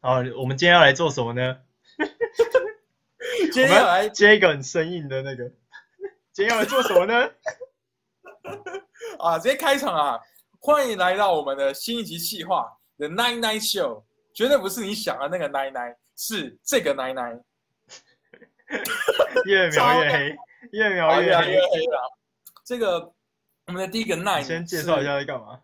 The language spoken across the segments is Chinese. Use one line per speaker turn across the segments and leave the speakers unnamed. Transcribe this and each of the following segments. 好，我们今天要来做什么呢？
今
我
天
们
要来
要接一个很生硬的那个。 今天要来做什么呢？
啊，直接开场啊！欢迎来到我们的新一集企划《The Nine Nine Show》，绝对不是你想的那个 Nine Nine，是这个 Nine Nine。
越描越黑，越描
好
越
来越
黑。
黑了。这个我们的第一个
你
Nine，
先介绍一下在干嘛？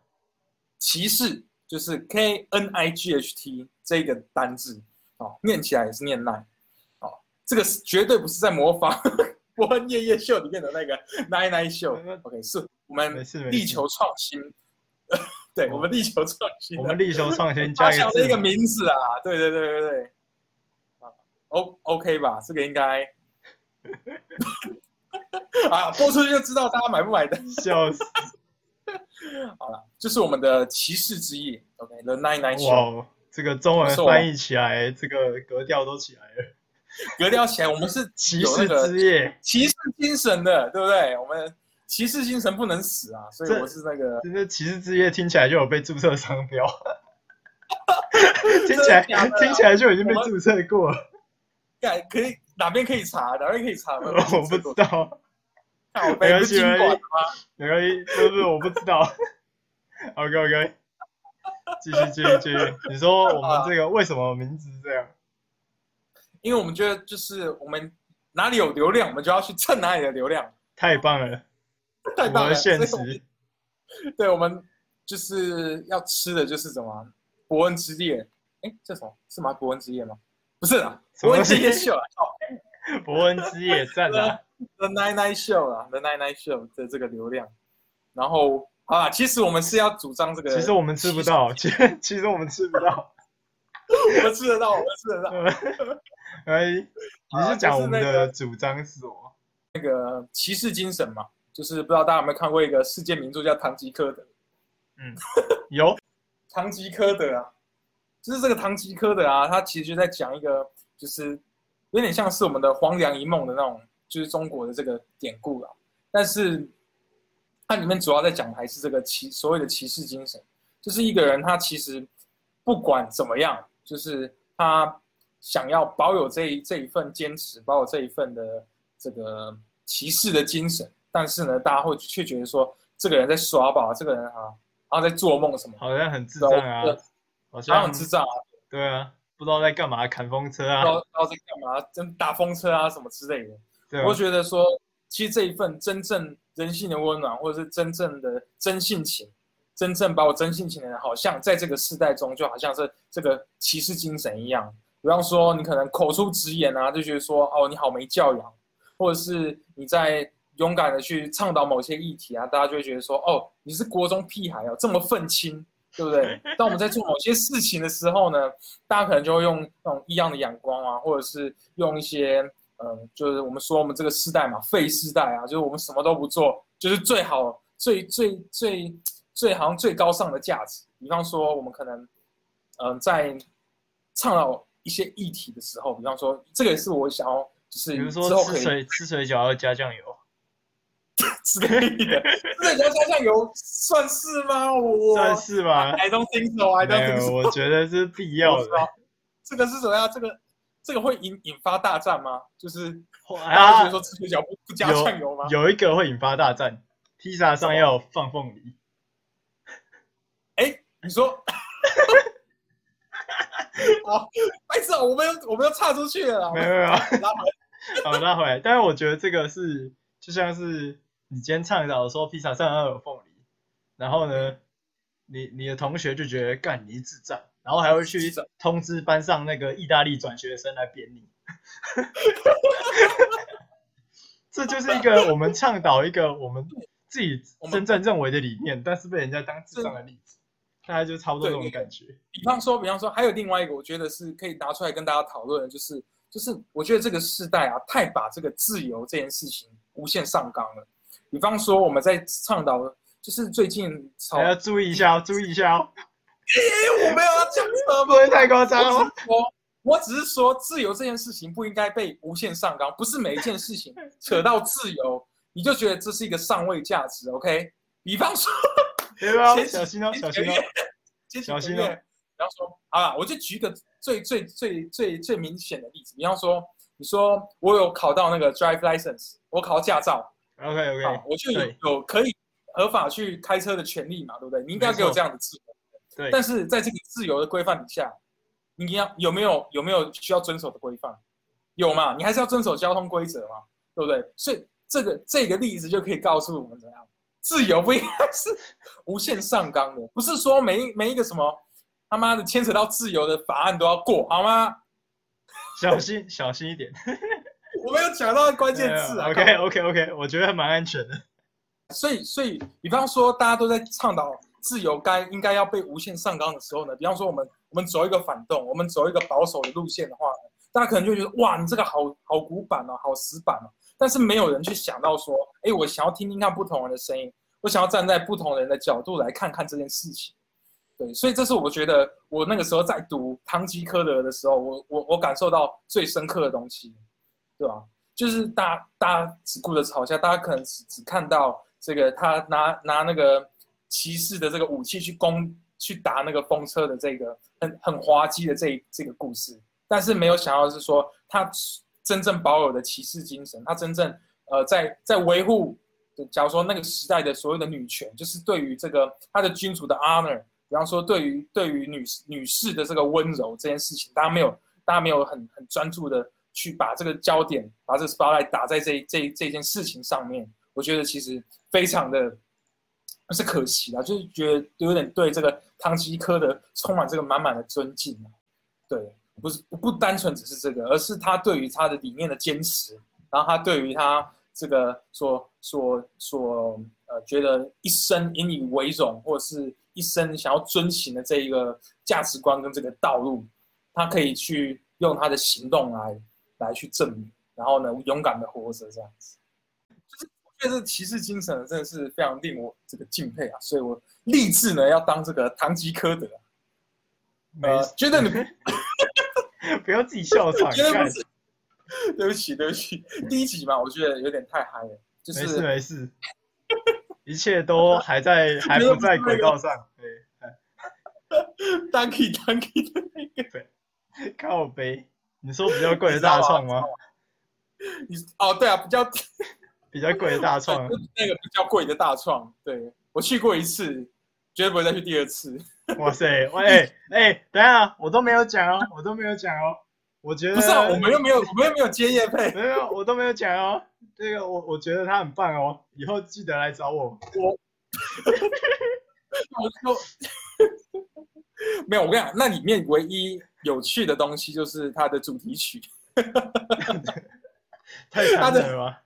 骑士，就是 K N I G H T 这个单字哦，念起来也是念 Nine 哦，这个是绝对不是在模仿 《伯恩夜夜秀》里面的那个 Nine Nine
没
Show。OK，是我们
没事没
力
事，
求创新， 对
哦
我们力求创新
我
啊，
们力求创新，
他
加
想
字
这个名字啊，对对对对对，啊，O OK 吧，这个应该， 啊，播出去就知道大家买不买单。
笑死！
好了，这是我们的骑士之夜，OK，The Nine Nine
哇
Show，
哦，这个中文
不错哦
翻译起来，这个格调都起来了。
格调起来，我们是
骑
有那
士
个
之夜，
骑士精神的，对不对？我们骑士精神不能死啊，所以
这
我是那个，
真的骑士之夜听起来就有被注册商 标，听起来
真的假的啊
听起来就已经被
我们
注册过了，
干可以哪边可以查，哪边可以查，我
我不知道。
道，
没
被
关
不
系
经
没
管
关系没关系，不是不是，我不知道。OK OK，继续继续继续。你说我们这个为什么名字这样？
因为我们觉得就是我们哪里有流量，我们就要去蹭哪里的流量，
太棒了，
太
我
棒
们
了。
现
所以我们
实
对，我们就是要吃的就是什么伯恩之夜，哎，叫什么？是吗？伯恩之夜吗？不是啊，
什么
伯
东
恩
西
之夜秀啊
伯恩之夜赞啊啦，
，The Nine Nine Show 啊，The Nine Nine Show 的这个流量。然后好啦，其实我们是要主张这个，
其实我们吃不
啊
到，其实其实我们吃不到。
我们吃得到，我们吃得到。
哎，你是讲我们
啊就是那
的
个
主张是什么？
那个骑士精神嘛，就是不知道大家有没有看过一个世界名著叫《堂吉诃德》。
有
堂吉诃德啊，就是这个堂吉诃德啊，他其实就在讲一个，就是有点像是我们的黄粱一梦的那种，就是中国的这个典故啊。但是它里面主要在讲的还是这个骑所谓的骑士精神，就是一个人他其实不管怎么样，就是他想要保有这一这一份坚持，保有这一份的这个骑士的精神，但是呢，大家会却觉得说这个人在耍宝，这个人啊，然后在做梦什么。
好像很智障啊，好
他
像
很智障啊，
对啊，不知道在干嘛，砍风车
不知道
啊，
不知道在干嘛，真打风车啊什么之类的。
对啊
我，觉得说，其实这一份真正人性的温暖，或者是真正的真性情，真正把我真性情的人，好像在这个世代中，就好像是这个骑士精神一样。比方说，你可能口出直言啊，就觉得说，哦，你好没教养，或者是你在勇敢的去倡导某些议题啊，大家就会觉得说，哦，你是国中屁孩哦，这么愤青，对不 对？当我们在做某些事情的时候呢，大家可能就会用那种异样的眼光啊，或者是用一些，嗯，就是我们说我们这个世代嘛，废世代啊，就是我们什么都不做，就是最好、最最最最好像最高尚的价值。比方说，我们可能，嗯，在倡导一些议题的时候，比方说，这个也是我想要，就是
比如
之
说
后
吃
可以
水吃水饺要加酱油，
之类 的。这你要加酱油算是吗？我
算是吧。
I don't think so. I
没
don't
有，
think so.
我觉得是必要
我知
的
道。这个是什么呀？这个这个会引引发大战吗？就是 大家觉
啊
得，说吃水饺不不加
有
酱油吗？
有一个会引发大战，披萨上要放凤梨，
哎，你说。 好，白痴啊！我们我们要岔出去了啦，我
没
们
有没有，
拉回来
好拉回来。但是我觉得这个是就像是你今天倡导说披萨上要有凤梨，然后呢，你你的同学就觉得干你智障，然后还会去
智障
通知班上那个意大利转学生来扁 你。这就是一个我们倡导一个我们自己
我们
真正认为的理念，但是被人家当智障的例子，大概就差不多这种
对
感觉。
比方说，比方说，还有另外一个，我觉得是可以拿出来跟大家讨论的，就是就是我觉得这个世代啊，太把这个自由这件事情无限上纲了。比方说，我们在倡导，就是最近吵，
大家
哎、
注意一下哦，注意一下哦，
我没有要讲什
会 不会太夸张
我
了？
只是说，我只是说，自由这件事情不应该被无限上纲，不是每一件事情扯到自由，你就觉得这是一个上位价值。OK，比方说，
对吧？
前几
小心哦，小心哦。
前几
小
个
心哦
月，方说，好啦，我就举一个最最最最最明显的例子，比方说，你说我有考到那个 drive license，我考到驾照，
OK
好
OK，，
我就有
对
有可以合法去开车的权利嘛，对不对？你应该
没错
给我这样的自由。
对，
但是在这个自由的规范底下，你要有没有有没有需要遵守的规范？有嘛？你还是要遵守交通规则嘛，对不对？所以这个这个例子就可以告诉我们怎样，自由不应该是无限上纲的，不是说每一每一个什么他妈的牵扯到自由的法案都要过好吗？
小心小心一点。
我没有讲到关键字啊。
OK OK OK，我觉得蛮安全的。
所以，所以，比方说，大家都在倡导自由该应该要被无限上纲的时候呢，比方说我们我们走一个反动，我们走一个保守的路线的话呢，大家可能就会觉得哇，你这个好好古板哦，好死板哦。但是没有人去想到说，哎，我想要听听看不同人的声音，我想要站在不同人的角度来看看这件事情。对，所以这是我觉得我那个时候在读堂吉诃德的时候，我我我感受到最深刻的东西，对吧？就是大家大家只顾着吵架，大家可能只只看到这个他拿拿那个骑士的这个武器去攻去打那个风车的这个很很滑稽的这一这个故事，但是没有想到是说他真正保有的骑士精神，他真正呃在在维护，假如说那个时代的所有的女权，就是对于这个他的君主的 honor，比方说对于对于女女士的这个温柔这件事情，大家没有大家没有很很专注的去把这个焦点，把这个 spotlight 打在这这这件事情上面，我觉得其实非常的不是可惜啊，就是觉得有点对这个唐吉诃德充满这个满满的尊敬啊。对，不是不单纯只是这个，而是他对于他的理念的坚持，然后他对于他这个所所所呃觉得一生引以为荣，或者是一生想要遵循的这一个价值观跟这个道路，他可以去用他的行动来来去证明，然后呢，勇敢的活着这样子。就是我觉得这骑士精神真的是非常令我这个敬佩啊，所以我立志呢要当这个堂吉诃德啊、
没
呃，
事
觉得你不
不要自己笑场，
绝对
干
不是。 对不起，对不起，第一集嘛，我觉得有点太嗨了，就
没事
是
没事，一切都还在还不在轨道上。对，
Dunky Dunky 的那个，
靠背，你说比较贵的大创 吗？
你哦对啊，
嗯
比较
比较贵的大创，
那个比较贵的大创，对我去过一次，绝对不会再去第二次。
哇塞，喂哎，等一下，我都没有讲哦，我都没有讲哦。我觉得
不是、啊，我们又没有，我们又没有接业配，
没有，我都没有讲哦。这个我我觉得他很棒哦，以后记得来找我。
我就 没有。我跟你讲，那里面唯一有趣的东西就是它的主题曲，
太残忍了吧，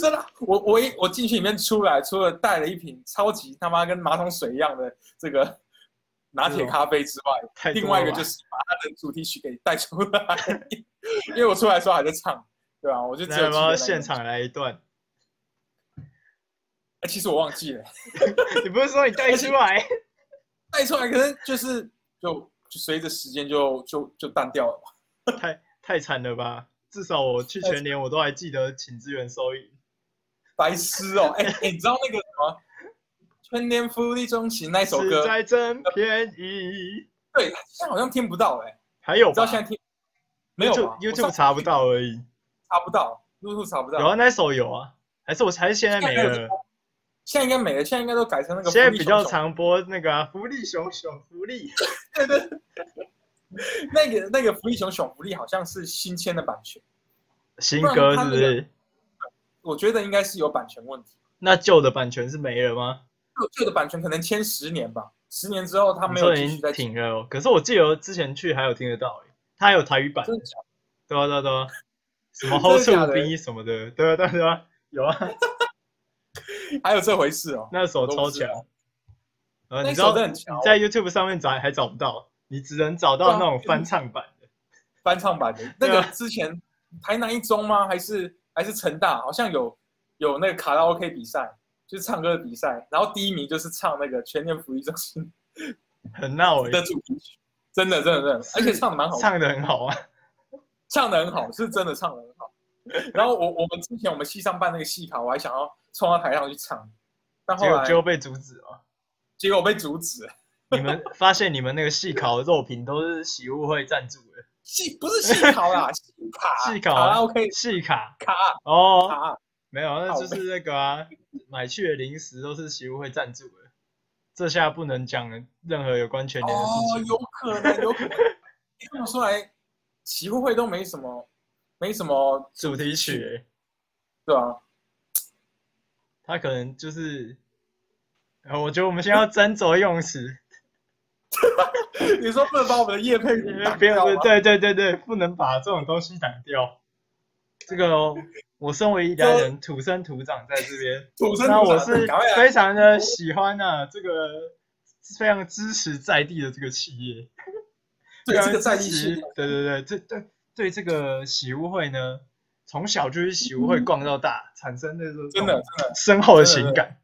真的，我我一我进去里面出来，除了带了一瓶超级他妈跟马桶水一样的这个拿铁咖啡之外，
哦太多了
另
吧
外一个就是把它的主题曲给带出来，因为我出来的时候还在唱，对吧、我就只
那
有
要
记得
不
那
要
个
现场来一段？
哎其实我忘记了
你不是说你带出来？
带出来，可能就是就就随着时间就就就淡掉了嘛。
太太惨了吧！至少我去全年我都还记得请支援收银。
白痴哦，哎、哎你知道那个什么“春天福利中情”那首歌
实？在真便宜。
对，现在好像听不到哎、
还有
你知道
吧
现在听没有吧
YouTube-
我上
？YouTube
次
查不到而已。
查不到，YouTube 查不到。
有啊，那首有啊，还是我还是现在没了。
现在应该没了，现在应该都改成那个
现在
福利
比
熊
较
熊，
常播那个啊福利熊熊福 利，
那个那个福利熊熊福利好像是新签的版权，
新歌是不
不然他
是？
我觉得应该是有版权问题。
那旧的版权是没了吗？
旧旧的版权可能签十年吧，十年之后他没有
你说
继
已
续
经
再签，
停了哦。可是我记得之前去还有听得到诶，它还有台语版，
真的假的
对啊对啊对啊，什么
真
Hold
的假的
to B 什么的，对啊对啊对啊，有啊，
还有这回事哦。
那首
我都
超
不知道
强。呃，
那
你
一
知道
首真的很强啊
你，在 YouTube 上面找还找不到，你只能找到那种翻唱版的。
翻唱版的。那
对啊
个之前台南一中吗？还是还是成大？好像有有那个卡拉 OK 比赛，就是唱歌的比赛，然后第一名就是唱那个《全年福利中心
很闹》诶
的，主题曲，真的真的真的，而且唱的蛮好听的
唱的很好啊。
唱的很好，是真的唱的很好。然后我我们之前我们系上办那个戏考，我还想要冲到台上去唱，但后
结果
来
结果被阻止了。
结果被阻止了。
你们发现你们那个细烤的肉品都是喜物会赞助的，
戏不是戏考啦，戏卡，啊
细烤
卡拉 OK
细卡
卡
哦，
卡，
没有，那就是那个啊，买去的零食都是喜物会赞助的，这下不能讲任何有关全年的
哦
事，情。
有可能，有可能。你这么说来，奇会会都没什么，没什么，
主题曲欸、
对吧？
他可能就是，呃，我觉得我们先要斟酌用词，
你说不能把我们的叶配给
因为
挡
不要
掉吗？
对对对对，不能把这种东西挡掉。这个哦、我身为宜兰人，土生土长在这边，
土生
那
土
我
长
是
的，赶快啊来
非常的喜欢呐、这个非常支持在地的这个企业，非
对
常
这个在地
支持
性，
对对对，这对对这个喜屋会呢，从小就是喜屋会逛到大，产生那种
真的真的。
深厚的情感，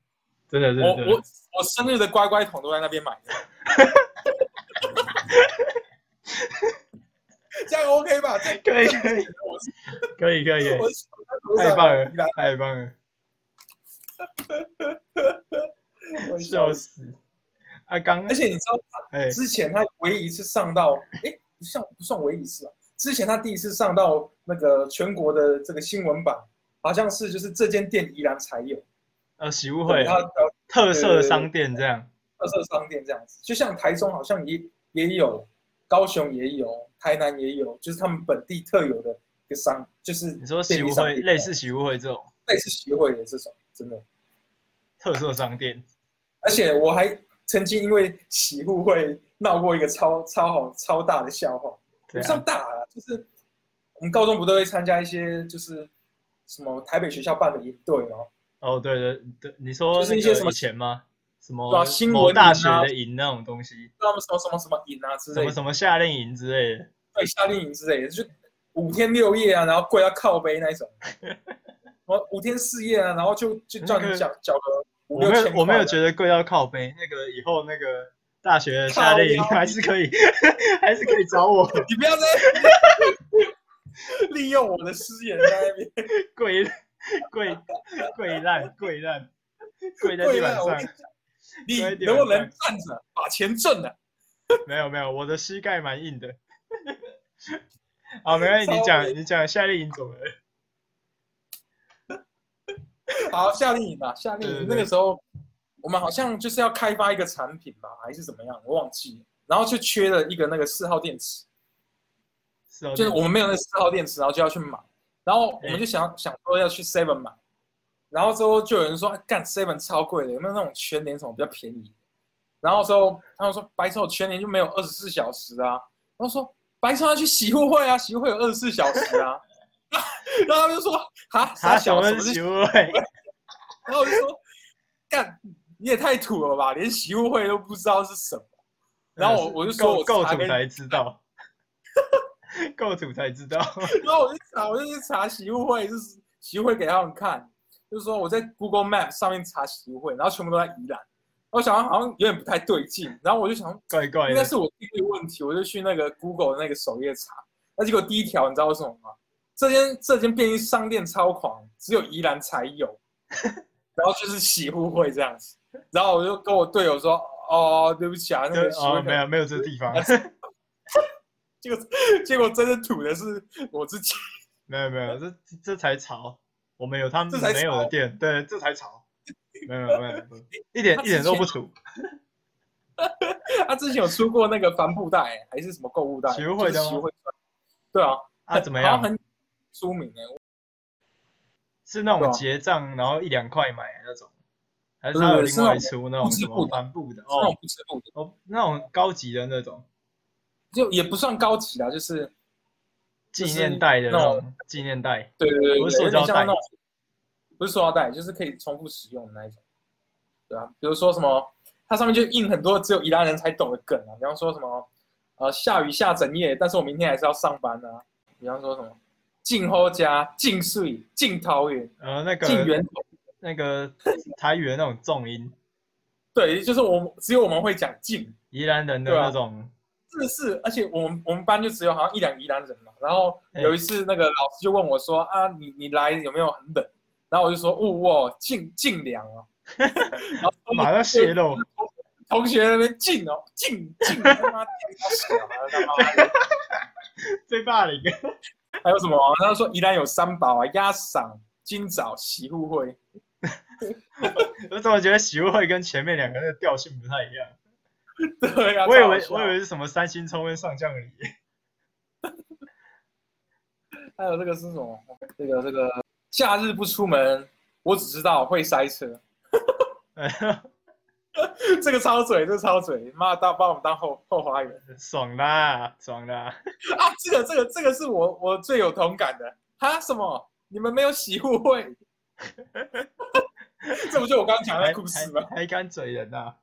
真的真
我
的真的
我我生日的乖乖桶都在那边买 的。这样 OK 吧？这
可以可以
我是
可以可以，
我是我是
太棒了
依然
太棒了，
会
笑
笑死！
死！啊刚
而且你知道，
哎
之前他唯一一次上到，哎，不像不算唯一一次啊。之前他第一次上到那个全国的这个新闻版，好像是就是这间店宜兰才有，
呃喜屋会
然后然后
特色商店这样，
特色商店这样子，就像台中好像也也有，高雄也有，台南也有，就是他们本地特有的一个商，就是
你说喜
便利
屋
商
会
店
类似喜屋会这种
类似协会的这种，真的。
特色商店，
而且我还曾经因为洗护会闹过一个超超好超大的笑话，
对
也不算
啊，
大啦，就是我们高中不都会参加一些就是什么台北学校办的营队吗？
哦对对对，你说
就是一
那
些
个
什么
以前吗？什
对
么
啊新闻
某
营啊
大学的营那种东西，
他们什么什么什么营啊之
什
类
么
的，
什么夏令营之类的，
对夏令营之类的，就五天六夜啊，然后跪到靠背那一种，我五天四夜啊，然后就就叫你缴缴个五
我
六
没
千
有我没有
觉
觉得贵到靠背，那个以后那个大学的夏令营
靠腰
还是可以 还是可以找我
得你不要再 利用我的失言在那边。
跪跪跪烂跪烂跪 在地板
对啊我
上
跟你。讲你能不能站着把钱挣了？
没有没有，我的膝盖蛮硬的。好，没关系，
超
你讲
硬
你讲夏令营怎么了？
好，夏令营吧，夏令
对对
营
对
那个时候，我们好像就是要开发一个产品吧，还是怎么样，我忘记了。然后就缺了一个那个四号电池，
是哦，
就是我们没有那四号电池，然后就要去买。然后我们就
哎
想、想说要去 Seven 买，然后之后就有人说，啊干 Seven 超贵的，有没有那种全年什么比较便宜的？然后之后他们说，白超全年就没有二十四小时啊。然后说，白超要去洗护会啊，洗护会有二十四小时啊。 然后他们就说，啊，
他
啥
什
小
么
时
是
不是
洗污秽？
然后我就说：“干，你也太土了吧，连洗护会都不知道是什么。” 然后我
嗯
我就说
够
我
够
查
土
给你
才知道， 够土才知道。
然后我就查，我就去查洗护会，就是洗护会给他们看，就是说我在 Google Map 上面查洗护会，然后全部都在宜兰。我想好像有点不太对劲，然后我就想
怪怪
应该
的，
是我定位问题，我就去那个 Google 的那个首页查，那结果第一条你知道是什么吗？这间这间便利商店超狂，只有宜兰才 有，然后就是洗护会这样子，然后我就跟我队友说，哦，对不起啊，那
就
个洗护
哦，
会可
没
能、
有没有这地方，
结果结果真的吐的是我自己，
没有没有，这这这才潮。我们有他们
这才
没有的
潮
店，对，这才潮。没有没有，没 有一点
他
一点
之
都
前
不土。
他之前有出过那个帆布袋还是什么购物袋，
洗护会的
就是
吗
洗护会，对啊，
啊，怎么
好像
样？
很出名哎，
是那
对
种
啊
结账然后一两块买的那种，还是
不是
他有
不是
另外
是
出那种
织
什
布
么
的
帆布的？
是那
哦
种不吃不的，
哦，那种高级的那种
就也不算高级啦，就是
纪
就是
念袋的
那种
种纪念袋，
对对对，
不
对
是塑
有点
胶
像
袋
那种，不是塑料袋，就是可以重复使用的那一种，对啊，比如说什么，它上面就印很多只有宜兰人才懂的梗啊，比方说什么，呃，下雨下整夜，但是我明天还是要上班啊，比方说什么，进后家、进水、进桃园、
呃，那
进
个
源头，
那个台语的那种重音，
对，就是我们只有我们会讲进，
宜兰人的
对啊
那种，
这是，而且我们我们班就只有好像一两宜兰人嘛。然后
哎
有一次那个老师就问我说：“啊，你你来有没有很冷？”哦然后我就说：“哦，哇，尽尽凉啊。”然后
马上泄露，
同学那边进哦，进进，他妈进到死啊！他妈的，
最霸凌。
还有什么？他说宜兰有三宝啊，鸭嗓、金枣、喜互惠。
我怎么觉得喜物会跟前面两个那个调性不太一样？
对啊，
我以
超好
为
笑
我以为是什么三星冲跟上将礼，
还有这个是什么？这个这个假日不出门，我只知道会塞车。这个超嘴，这个超嘴，妈当把我们当后后花园
爽啦爽啦！
啊！这个这个这个是我我最有同感的啊！什么？你们没有喜互会？ 这不就我刚刚讲的
还
故事吗
还？还敢嘴人呐、啊？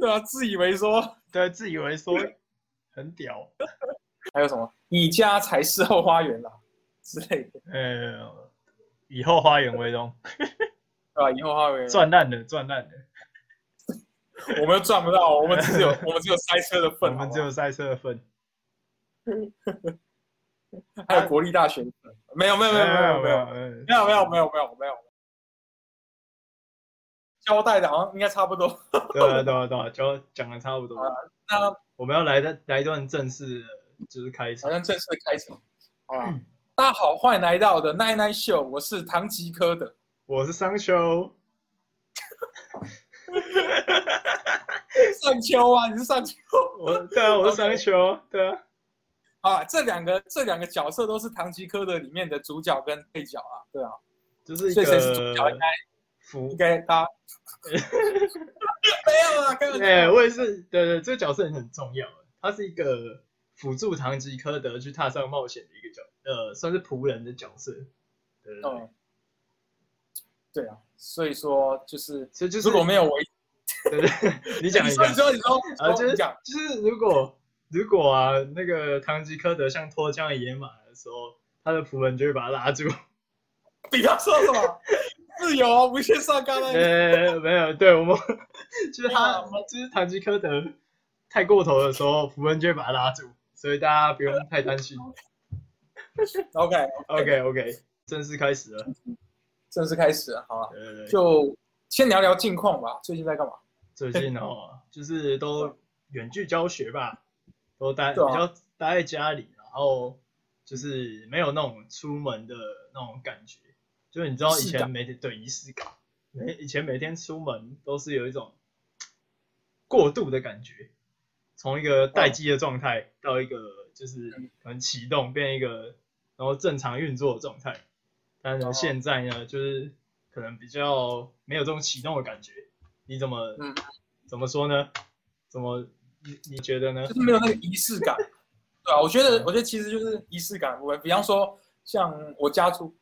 对啊，自以为说
对，自以为说很屌。
还有什么你家才是后花园啦、啊之类的，
呃，以后花园为荣，
对吧、啊以后花园
赚烂了赚烂了，
我们赚不到，我们只有我们只有塞车的
我
份，
们只
好
有赛车的份。
不好 还有国立大学的份，没有没有没有没有没有。
哎有，
没有没有没有没有没有，交代的好像应该差不多。
对啊对啊对啊，就讲的差不多
好。啊那哎
我们要来的来一段正式的，就是开
好
场。
像正式开场，好啦，
嗯
大家好，欢迎来到我的奈奈秀，我是唐吉诃德。
我是商修，
上秋啊，你是上秋
我对啊，我是商修，对啊，
啊？这两个这两个角色都是唐吉诃德里面的主角跟配角啊，对啊，
就是一
所以谁是主角应
个
该
服
应。该 他。没有啊，开玩笑。
哎，我也是，对对，这个角色很重要，他是一个辅助堂吉诃德去踏上冒险的一个角，呃，算是仆人的角色。对对对，
嗯，对啊，所以说就是
所以就是
如果没有我，
对对，你讲
你
一
说
讲
你。说你说，
啊，
你
就
说
是
你讲。
就是如果如果啊，那个堂吉诃德像脱缰的野马的时候，他的仆人就会把他拉住。
比方说什么 自由啊，无限上纲那个
呃，没有，对我们就是
没
他
有我们
就是堂吉诃德太过头的时候，仆人就会把他拉住，所以大家不用太担心。
OK，
OK OK，正式开始了。
正式开始了，好了，
对对对，
就先聊聊近况吧，最近在干嘛？
最近哦，就是都远距教学吧，都待比
对啊
较待在家里，然后就是没有那种出门的那种感觉。就是你知道以
仪式
前
感
每天对仪式感，每以前每天出门都是有一种过度的感觉，从一
哦
个待机的状态到一个就是可能启动变一个然后正常运作的状态。但
哦
是现在呢，就是可能比较没有这种启动的感觉。你怎么、
嗯
怎么说呢？怎么你你觉得呢
就？是没有那个仪式感，对啊，我觉得，我觉得其实就是仪式感的部分。比方说，像我家族，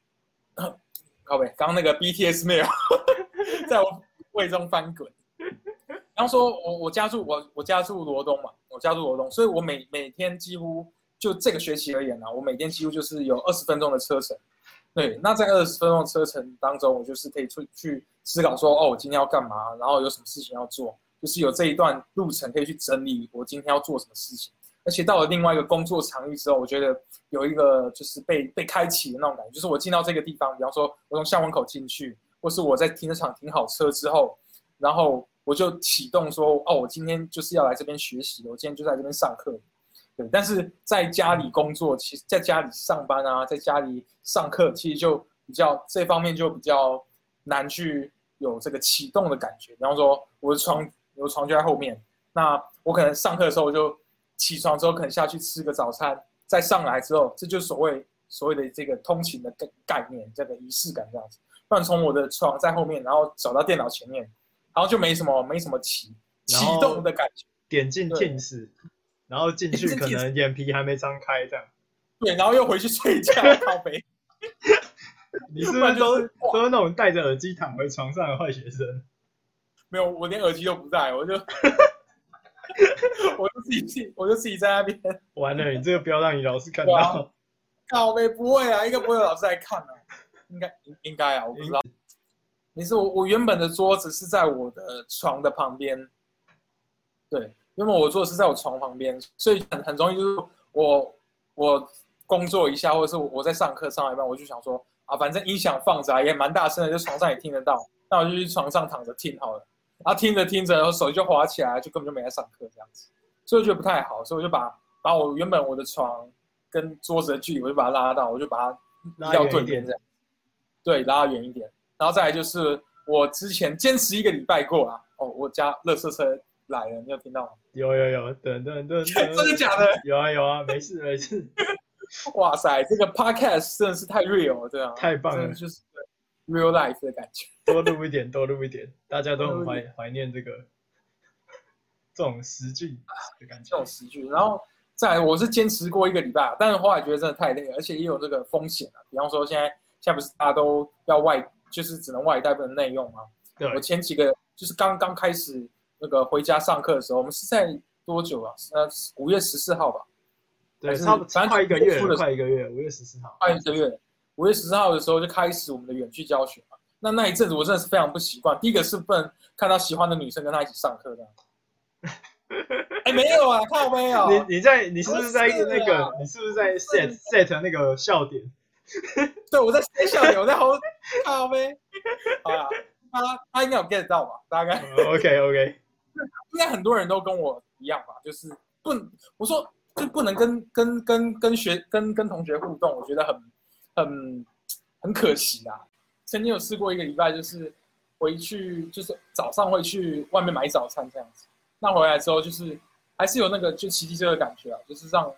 靠北，刚刚那个 BTS 没有 在我胃中翻滚。比方说我我家住我我家住罗东嘛，我家住罗东，所以我每每天几乎就这个学期而言啊，我每天几乎就是有二十分钟的车程。对，那在二十分钟的车程当中，我就是可以出去思考说，哦，我今天要干嘛，然后有什么事情要做，就是有这一段路程可以去整理我今天要做什么事情。而且到了另外一个工作场域之后，我觉得有一个就是被被开启的那种感觉，就是我进到这个地方，比方说我从校门口进去，或是我在停车场停好车之后，然后我就启动说，哦，我今天就是要来这边学习，我今天就在这边上课。对，但是在家里工作，其实在家里上班啊，在家里上课，其实就比较这方面就比较难去有这个启动的感觉。比方说，我的床，我的床就在后面，那我可能上课的时候我就起床之后，可能下去吃个早餐，再上来之后，这就是所谓所谓的这个通勤的概概念，这个仪式感这样子。不然从我的床在后面，然后走到电脑前面，然后就没什么没什么启
然
启
后
动的感觉。
点进
对
Teams，然后进去
点进
可
Teams
能眼皮还没张开这样。
对，然后又回去睡觉，靠北。
你是
不
不
然
是
就
都
是哇
都是那种戴着耳机躺回床上的坏学生？
没有，我连耳机都不戴，我就 我就自己自己我就自己在那边
完了，你这个不要让你老师看
哇
到。
靠呗，不会啊，应该不会有老师来看啊，应该 应应该啊，我不知道。没事，我我原本的桌子是在我的床的旁边，对，因为我桌子是在我床旁边，所以很很容易就是我我工作一下，或者是我我在上课上到一半，我就想说啊，反正音响放着、啊、也蛮大声的，就床上也听得到，那我就去床上躺着听好了。然后听着听着，然后手机就滑起来，就根本就没在上课这样子，所以我觉得不太好，所以我就把把我原本我的床跟桌子的距离，我就把它拉到，我就把它
拉
要
远
对
一点
边这，样，对，拉远一点。然后再来就是我之前坚持一个礼拜过啊，哦，我家垃圾车来了，你有听到吗？
有有有，等等等，
真的假的？
有啊有啊，没事没事，
哇塞，这个 podcast 真的是太 real 了，对啊，
太棒了
真的就是对 real life 的感觉。
多录一点多录一点，大家都很
多录一
怀怀念这个这种实境的感
啊这
觉
种。时剧，然后再来我是坚持过一个礼拜，啊但是后来觉得真的太累了，而且也有这个风险啊。比方说现在现在不是大家都要外，就是只能外带不能内用吗？
对，
我前几个就是刚刚开始那个回家上课的时候，我们是在多久啊？呃，五月十四号吧，
对，
还是
差不
反
多
正
快一个月
出的
了，快一个月了，五月十四号。
快一个月，五月十四号的时候就开始我们的远距教学嘛。那那一阵子我真的是非常不习惯，第一个是不能看到喜欢的女生跟她一起上课这样。哎，没有啊，看到没有？
你你在你是不是在
不是啊
那个你是不是在 set set 那个笑点？
对，我在在笑你，我在吼咖啡。好啦，他他应该有 get 到吧？大概
OK OK，
应该很多人都跟我一样吧，就是不，我说就不能跟跟跟跟学跟跟同学互动，我觉得很很很可惜啊啦。曾经有试过一个礼拜，就是回去就是早上会去外面买早餐这样子，那回来之后就是还是有那个就骑机车的感觉啊，就是让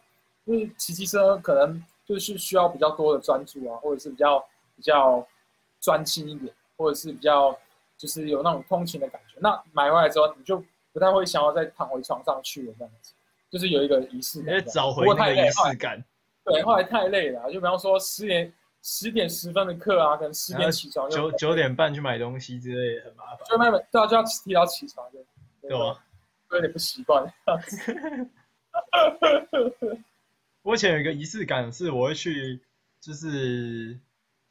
因为骑机车可能就是需要比较多的专注啊，或者是比较比较专心一点，或者是比较就是有那种通勤的感觉。那买回来之后，你就不太会想要再躺回床上去了这样子，就是有一个仪式
你
感
在
这样。
找回
不过
那
太
个
累
仪
后来
式感。
对，后来太累了啊，就比方说十点十点十分的课啊，可能十
然
点
后
起床就
九九点半去买东西之类的很麻烦，
就慢慢对啊，就要提早起床，就
对啊吗？？
有点不习惯。
我以前有一个仪式感是，我会去，就是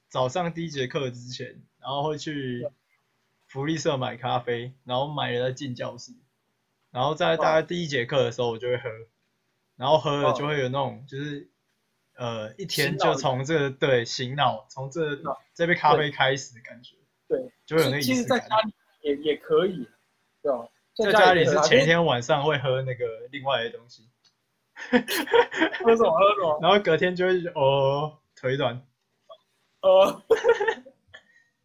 早上第一节课之前，然后会去福利社买咖啡，然后买了再进教室，然后在大概第一节课的时候我就会喝，然后喝了就会有那种就是，呃，一天
醒脑
就从这个对醒脑，从这
醒脑
这杯咖啡开始的感觉，
对，
就会有那个
其
仪
实
式
在
感
家。里也也可以，对吧？
在
家
家里
也可以
是
啊
前一天晚上会喝那个另外的东西，
就是啊喝什么喝什么，
然后隔天就会觉得哦腿软，
呃，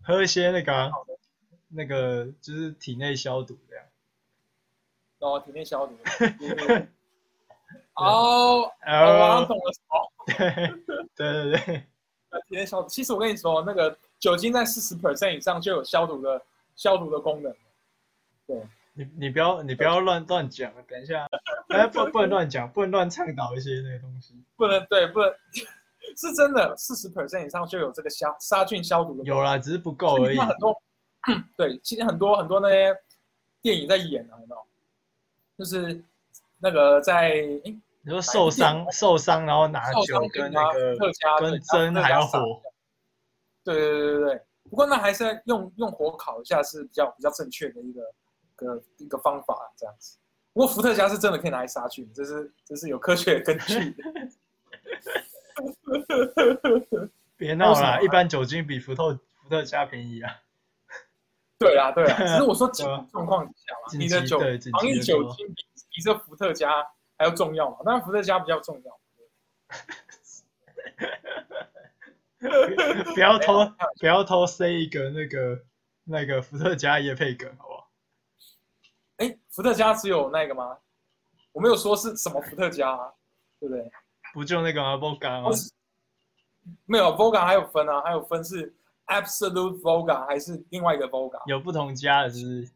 喝一些那个啊、
好的
那个就是体内消毒这样。
然后体内消毒。 就是哦，哦我好像
哦，
懂了什么
对 对对，
体内消毒。其实我跟你说，那个酒精在四十 percent 以上就有消毒的消毒的功能。
你你不要你不要乱乱讲，啊等一下，哎不不能乱讲，不能乱倡导一些那个东西。
不能对，不能是真的，四十 percent 以上就有这个消杀菌消毒的。
有啦，只是不够而已
那。很多 对，其实很多很多那些电影在演啊，有没有？就是那个在诶
你说受伤受伤，然后拿
少
酒
商
跟
品
那
啊
个
特加对
跟针还
啊
要火，
对对对对对。不过那还是要用用火烤一下是比较比较正确的一个一个一个方法这样子。不过伏特加是真的可以拿来杀菌，这是这是有科学根据 的。
别闹
为什么
啦！
啊
一般酒精比伏特伏特加便宜啊。
对啦，对啦，只是我说紧
对啊
急状况底下嘛，
紧急
你的酒
对紧急
防疫
的
酒
状
精比比这伏特加还要重要嘛？当然伏特加比较重要。
不要偷不要偷塞一个那个那个伏特加叶配梗，好不好？
哎，伏特加只有那个吗？我没有说是什么伏特加、啊，对不对？
不就那个吗？不干吗
不？是没有 Voga 还有分啊，还有分是 Absolute Voga 还是另外一个 Voga，
有不同家的，是不是？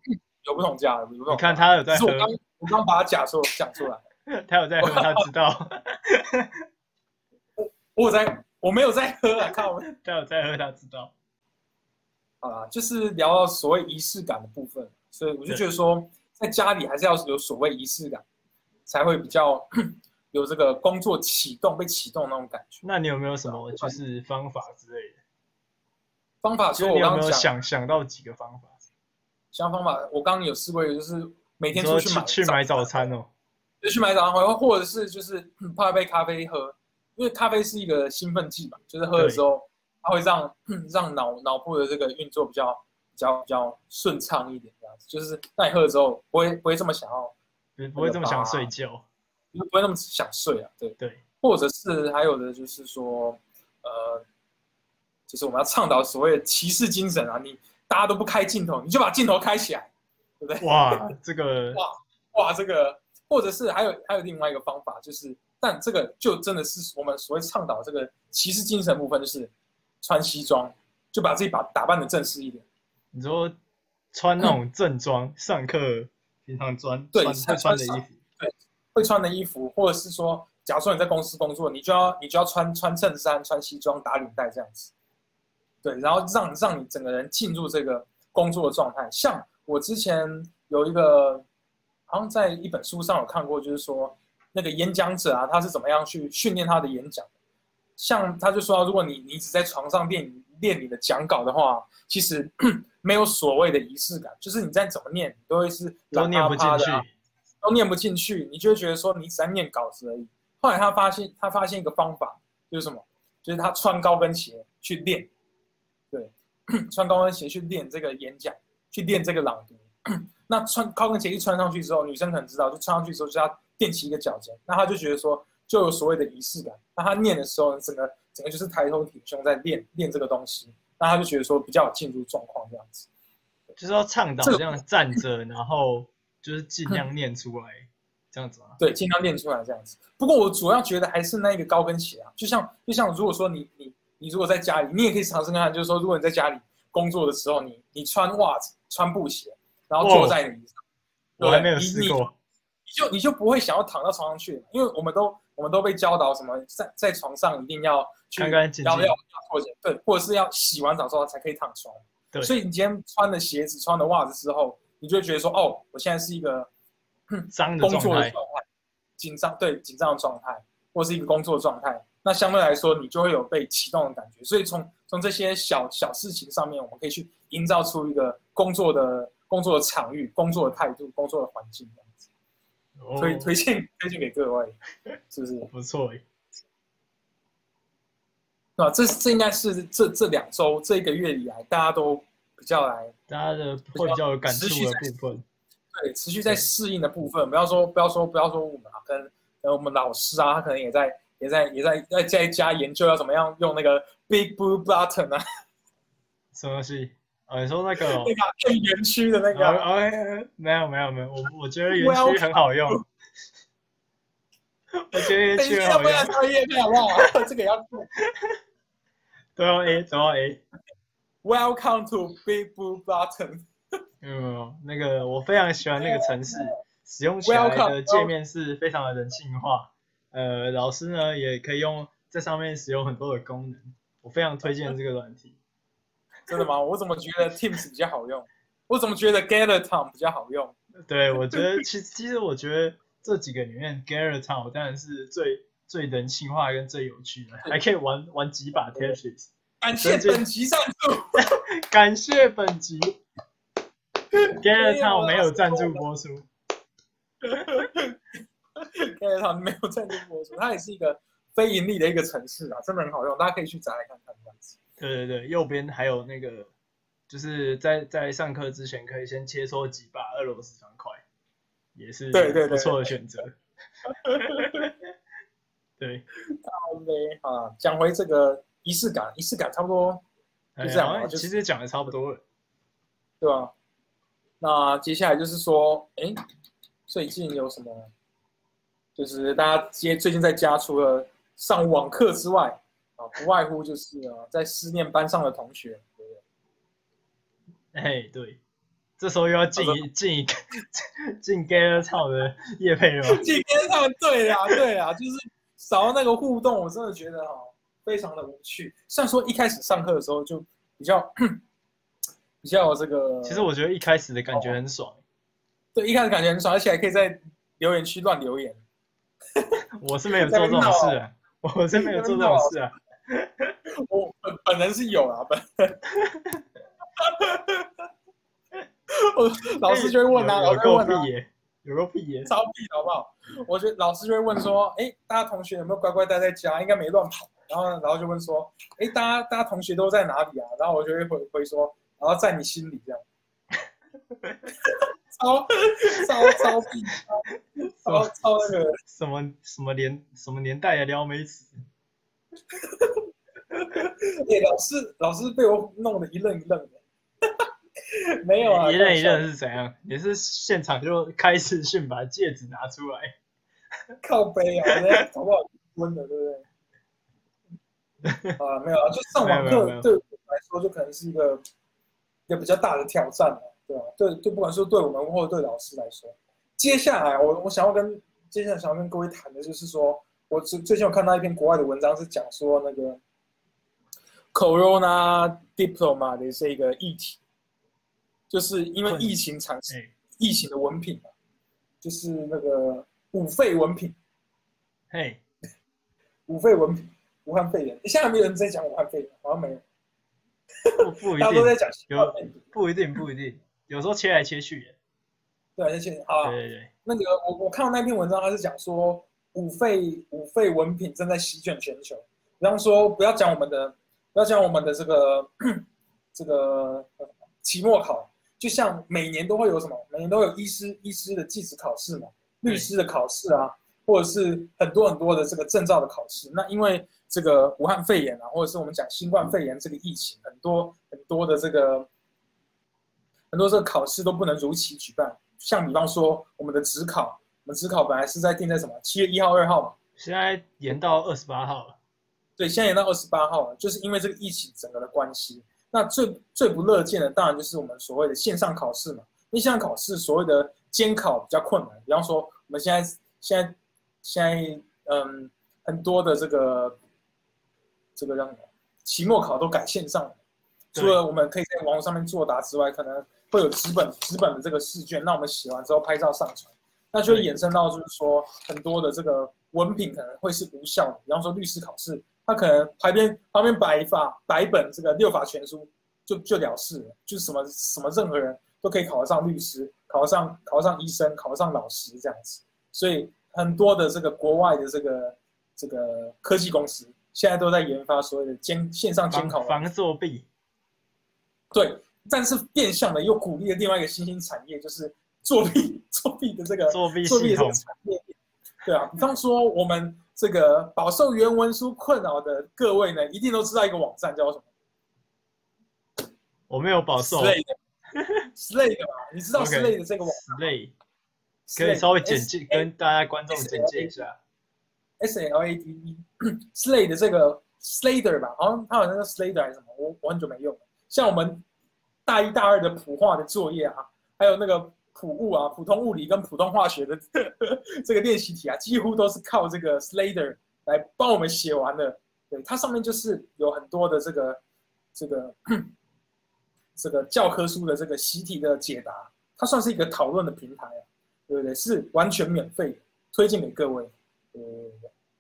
有不同价的，有不同
你
价。
看他有
只
在
是
喝
我，刚我刚把它假说讲出来，
他有在喝，他知道，
我有在我没有在喝啊，看我。
他有在喝，他知道。
好啦，啊就是聊到所谓仪式感的部分，所以我就觉得说，在家里还是要有所谓仪式感，才会比较 有这个工作启动被启动的那种感觉。
那你有没有什么就是方法之类的？
方法
就
说，
是
我
你
刚
有
刚
没有
讲，
想想到几个方法？
想方法，我刚刚有试过一个，就是每
你
天
说
出去
去
买
去买早，餐哦，
就去买早餐回来，或者是就是 嗯泡一杯咖啡喝，因为咖啡是一个 兴奋剂嘛，就是喝的时候它会让让脑脑部的这个运作比较比较比较顺畅一点，这样子，就是那你喝了之后不会不会这么想要，
嗯不会这么想睡觉。
就是不会那么想睡啊，对，
对，
或者是还有的就是说，呃，就是我们要倡导所谓的骑士精神啊，你大家都不开镜头，你就把镜头开起来，对不对？
哇， 这个
哇哇，这个，或者是还有还有另外一个方法，就是，但这个就真的是我们所谓倡导这个骑士精神部分，就是穿西装，就把自己把打扮的正式一点，
你说穿那种正装上课，平常穿
对
穿会
上
穿的衣
上
服，
会穿的衣服，或者是说，假如说你在公司工作，你就要你就要穿穿衬衫、穿西装、打领带这样子，对，然后让让你整个人进入这个工作的状态。像我之前有一个，好像在一本书上有看过，就是说那个演讲者啊，他是怎么样去训练他的演讲的。像他就说，如果你你只在床上练练你的讲稿的话，其实 没有所谓的仪式感，就是你再怎么念，你都会是
都念不进
啪啪
去
的啊。都念不进去，你就会觉得说你只在念稿子而已。后来他发现，他发现一个方法就是什么？就是他穿高跟鞋去练，对， 穿高跟鞋去练这个演讲，去练这个朗读。 那穿高跟鞋一穿上去之后，女生可能知道，就穿上去之后就要踮起一个脚尖，那她就觉得说就有所谓的仪式感。那她念的时候，整个整个就是抬头挺胸在练练这个东西，那她就觉得说比较有进入状况这样子。
就是要倡导
这个
这样站着，然后就是尽量念出来，这样子吗？
对，尽量练出来这样子。不过我主要觉得还是那个高跟鞋啊，就像就像如果说你你你如果在家里，你也可以尝试看看，就是说如果你在家里工作的时候，你你穿袜子、穿布鞋，然后
哦
坐在椅子上，对
我还没有试
你你
过，
你就你就不会想要躺到床上去，因为我们都我们都被教导什么在在床上一定要去
干干净
要
净
要要脱鞋，对，或者是要洗完澡之后才可以躺床。
对
所以你今天穿了鞋子、穿了袜子之后，你就会觉得说，哦，我现在是一个
脏的
工
状
作的
态，
状态，紧张对紧张的状态，或是一个工作的状态，那相对来说你就会有被启动的感觉。所以从从这些小小事情上面，我们可以去营造出一个工作的工作的场域、工作的态度、工作的环境这样子。
哦
推推荐推荐给各位，是不是？
不错欸，
那这这应该是这这两周这一个月以来，大家都比较来
大家的会比较有感触
持续在
的部分。
对，持续在适应的部分，不要说不要说不要说我们啊，跟呃我们老师啊，他可能也在也在也在在在家研究要怎么样用那个 Big Blue Button 啊，
什么东西？哦，你说那个哦、
那个按园区的那
哦
个，啊
哦哎哎没有没有没有，我我觉得园区很好用，我觉得园
等一
区很
下
好
不
用
要。创业好不好？ 这个也要
都要 A，都要 A。
Welcome to Big Blue Button，
没有没有没有，那个我非常喜欢那个城市，使用起来
Welcome，
的界面是非常的人性化。呃，老师呢也可以用在上面使用很多的功能，我非常推荐这个软体。
真的吗？我怎么觉得 Teams 比较好用？我怎么觉得 Galactom 比较好用？
对，我觉得其实其实我觉得这几个里面 Garrett Town 当然是最最人性化跟最有趣的，还可以玩玩几把 Tetris。
感谢
真是
本集赞助，
感谢本集 Garrett
没有
Town
啊
没有赞助播出，
Galactom 没有赞助播出，它也是一个非盈利的一个城市啊，真的很好用，大家可以去找来看看这样子。
对对对，右边还有那个，就是在在上课之前可以先切磋几把俄罗斯方块，也是
对对对
不错的选择。 对，
OK 啊，讲回这个仪式感，仪式感差不多
哎
就这样吧
好像
就是
其实讲的差不多了。
对吧？那接下来就是说，哎，最近有什么？就是大家接最近在家除了上网课之外啊，不外乎就是啊，在思念班上的同学，对不对？
哎，对，这时候又要进
哦
一进一个进 Garrett Town 的叶配了吗？
今天他们对啦， 对啦，就是少了那个互动，我真的觉得哈、非常的无趣。虽然说一开始上课的时候就比较 比较这个，
其实我觉得一开始的感觉很爽，
对一开始感觉很爽，而且还可以在留言区乱留言。
我是没有做这种事啊，
哦
我是没有做这种事啊。
我本本人是有啊，本人。 我老师就会问啊，
哎有
老
有
师会
够
问啊
屁，耶，有够屁耶，
超屁好不好？我觉得老师就会问说，哎，大家同学有没有乖乖待在家？应该没乱跑。然后呢，然后就问说，哎，大家大家同学都在哪里啊？然后我就会回回说，然后在你心里这样， 超超超屁超超那个，
什么什么年什么年代的撩妹词？
哎、老师老师被我弄得一愣一愣的， 没有啊，
一认一
开玩笑
认是怎样？你是现场就开视讯把戒指拿出来？
靠背啊，人家搞不好离婚了，对不对？啊，没有啊，就上网
没有没有没
课
有
对我们来说，就可能是一个一个比较大的挑战了，对吧、对，就不管说对我们或者对老师来说，接下来我我想要跟接下来想要跟各位谈的就是说，我最最近有看到一篇国外的文章，是讲说那个 corona diploma 的这个议题，就是因为
困
疫情产生。
哎、
疫情的文凭嘛，就是那个五肺文凭，
嘿，
五肺文凭，武汉肺炎。现在没有人在讲武汉肺炎，好像没有，
不不一
大家都在
定，
讲新冠病毒。
不一定，不一定，有时候切来切去耶。
对，而且啊
对，对对，
那个我我看到那篇文章，他是讲说五肺五肺文凭正在席卷全球，然后说不要讲我们的不要讲我们的这个 这个呃期末考，就像每年都会有什么，每年都有医师医师的技职考试嘛，律师的考试啊，或者是很多很多的这个证照的考试。那因为这个武汉肺炎啊，或者是我们讲新冠肺炎这个疫情，很多很多的这个很多这个考试都不能如期举办。像比方说我们的职考，我们职考本来是在定在什么七月一号、二号嘛，
现在延到二十八号了。
对，现在也到二十八号了，就是因为这个疫情整个的关系。那最最不乐见的，当然就是我们所谓的线上考试嘛。因为线上考试所谓的监考比较困难，比方说我们现在现在现在嗯很多的这个这个让什么期末考都改线上了，
对
除了我们可以在网络上面作答之外，可能会有纸本纸本的这个试卷，那我们写完之后拍照上传，那就会衍生到就是说很多的这个文凭可能会是无效的，比方说律师考试，他可能旁边旁边摆一法摆一本这个六法全书就就了事了，就是什么什么任何人都可以考得上律师，考得上考得上医生，考得上老师这样子，所以很多的这个国外的这个这个科技公司现在都在研发所谓的监线上监
防
考
防作弊，
对，但是变相的又鼓励了另外一个新兴产业，就是作弊作弊的这个
作弊
作弊
系
的这
统
个，产业。对啊，比方说我们这个饱受原文书困扰的各位呢，一定都知道一个网站叫什么
我没有保送。
Slate 的 Slate 的嘛，你知道
OK
Slate 的这个网
累，可以稍微简
哎
介跟大家观众简介一下。
S L A D E Slade 的这个 Slader 吧，好像他好像叫 Slader 还是什么，我我很久没用了。像我们大一大二的普化的作业啊，还有那个普物啊，普通物理跟普通化学的 这个练习题啊，几乎都是靠这个 Slader 来帮我们写完的。对，它上面就是有很多的这个这个 这个教科书的这个习题的解答，它算是一个讨论的平台啊，对不对？是完全免费的，推荐给各位。呃，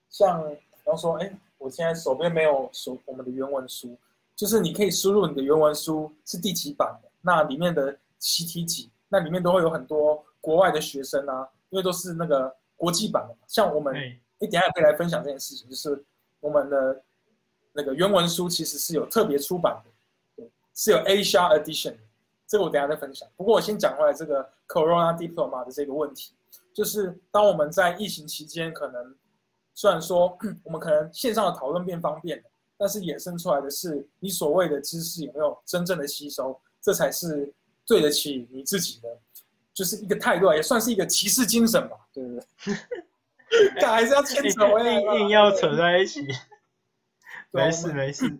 像比方说，哎，我现在手边没有手我们的原文书，就是你可以输入你的原文书是第几版的，那里面的习题集，那里面都会有很多国外的学生啊，因为都是那个国际版的嘛，像我们。
哎，
一等一下也可以来分享这件事情，就是我们的那个原文书其实是有特别出版的，对，是有 Asia Edition，的这个我等一下再分享。不过我先讲回来这个 Corona Diploma 的这个问题，就是当我们在疫情期间，可能虽然说 我们可能线上的讨论变方便了，但是衍生出来的是你所谓的知识有没有真正的吸收，这才是对得起你自己的。就是一个态度啊，也算是一个骑士精神吧，对不对？ 但还是要牵扯回来吧
哎硬硬要扯在一起，
哎啊对啊
没事没事，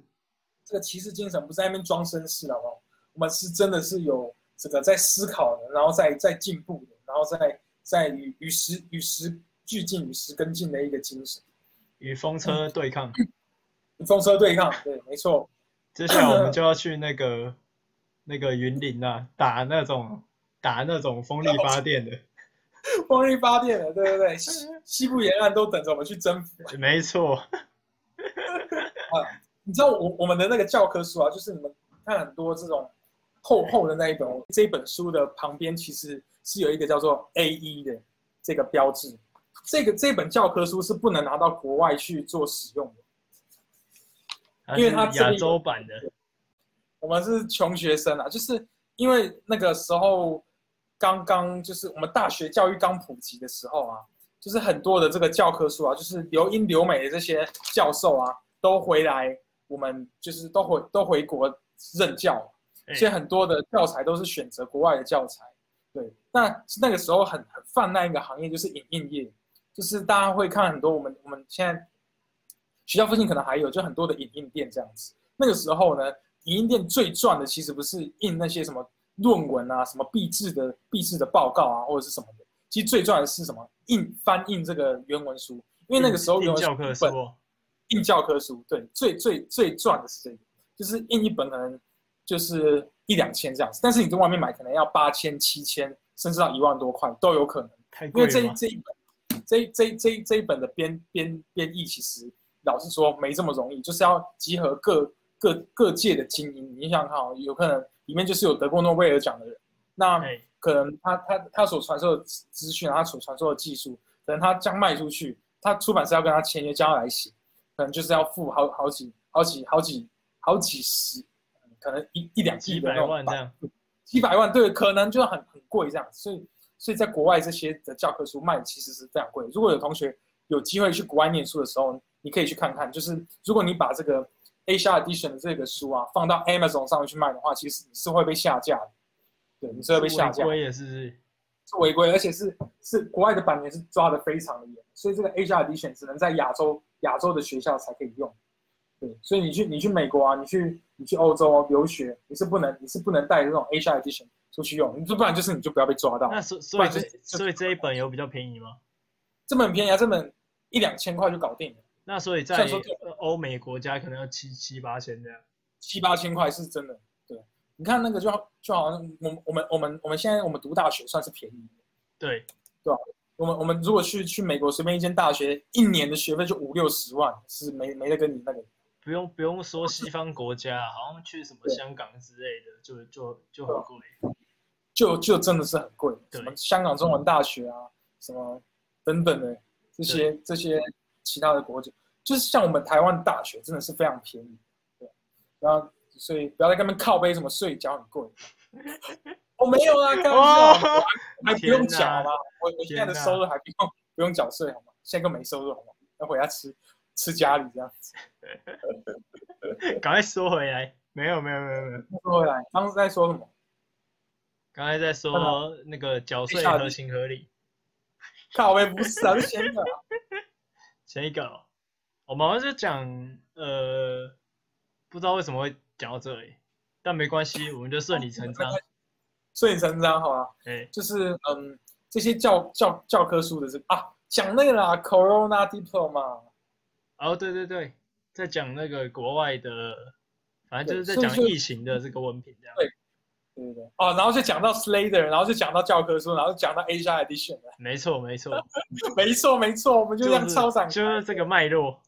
这个骑士精神不是在那边装绅士，好不好？我们是真的是有这个在思考的，然后再再进步的，然后再再与与时与时俱进、与时跟进的一个精神，
与风车对 抗。
与风车对抗。对，没错，
接下来我们就要去那个那个云林啊，打那种打那种风力发电的，
风力发电的，对对对，西西部沿岸都等着我们去征服。
没错，
你知道我我们的那个教科书啊，就是你们看很多这种厚厚的那一本，这一本书的旁边其实是有一个叫做 A 一的这个标志。这个这本教科书是不能拿到国外去做使用的，
它
因为
是
它这边
亚洲版的，
我们是穷学生啊，就是因为那个时候刚刚就是我们大学教育刚普及的时候啊，就是很多的这个教科书啊，就是留英留美的这些教授啊，都回来，我们就是都回都回国任教，
哎
所以很多的教材都是选择国外的教材。对，那那个时候很很泛滥一个行业就是影印业，就是大家会看很多我们我们现在学校附近可能还有就很多的影印店这样子。那个时候呢，影印店最赚的其实不是印那些什么论文啊、什么毕制的毕制的报告啊，或者是什么的，其实最赚的是什么印翻印这个原文书，因为那个时候
印
原
印
文
教
书
科
一
书
本
哦，
印教科书，对，最最最赚的是这个，就是印一本可能就是一两千这样子，但是你在外面买可能要八千、七千，甚至到一万多块都有可能，
太
因
贵
为这
了
一
吧。
这一本这一这一这一这一本的编编编译，其实老实说没这么容易，就是要集合各各各界的精英，你想想看哦，有可能里面就是有得过诺贝尔奖的人，那。
哎，
可能他他他所传授的资资讯，啊他所传授的技术，可能他将卖出去，他出版社要跟他签约，将要来写，可能就是要付好好几好几好几好几十，嗯可能一一两亿
几
的那
百
种
万
版
这样，
几百万，对，可能就很很贵这样，所以所以在国外这些的教科书卖其实是非常贵。如果有同学有机会去国外念书的时候，你可以去看看，就是如果你把这个 Asia Edition 的这个书啊放到 Amazon 上面去卖的话，其实你是会被下架的，对，你是会被下
是
架的
违。规的是不是？
是违规，而且是是国外的版权是抓的非常的严，所以这个 HR Edition 只能在亚洲亚洲的学校才可以用。对，所以你去你去美国啊，你去你去欧洲、留学，你是不能你是不能带这种 HR Edition 出去用，你就不然就是你就不要被抓到。
那所所以
不
这
然就是
所以这一本有比较便宜吗？
这本很便宜啊，这本一两千块就搞定了，
那所以在
像说这
呃欧美国家可能要七七八千这样。
七八千块是真的。对，你看那个就好就好像我们我们我们我们现在我们读大学算是便宜的，
对，
我们我们如果去去美国随便一间大学，一年的学费就五六十万，是没没得跟你那个。
不用不用说西方国家，好像去什么
对哦
香港之类的，就就就很贵。
就就真的是很贵，
对
什么香港中文大学啊，什么等等的这些这些其他的国家，就是像我们台湾大学真的是非常便宜，对，然后所以不要在那边靠背什么税缴 很贵，我、没有啦，开玩笑，
哦
我还不用
天
缴
哪
好吗？我我现在的
天哪
收入还不用不用缴税好吗？现在更没收入好吗？要回家吃吃家里这样子。
赶快说回来，没有没有没有没有，
说回来，当时在说什么？
刚才在说
嗯
那个缴税合情合理。
靠背不是啊，是先的啊、
前一个哦、我们好像就讲呃，不知道为什么会讲到这里，但没关系，我们就顺理成
哦
章。
顺理成章好吗？啊
哎，
就是嗯，这些教教教科书的这啊，讲那个啦，Corona Diploma，
哦对对对，在讲那个国外的，反正就是在
对
讲
所以
疫情的这个文凭这样。
对对不对？哦，然后就讲到 Slater，然后就讲到教科书，然后就讲到 Asia Edition 了。
没错没错，
没错没错，我们 就这样
是
超展开，
就是这个脉络。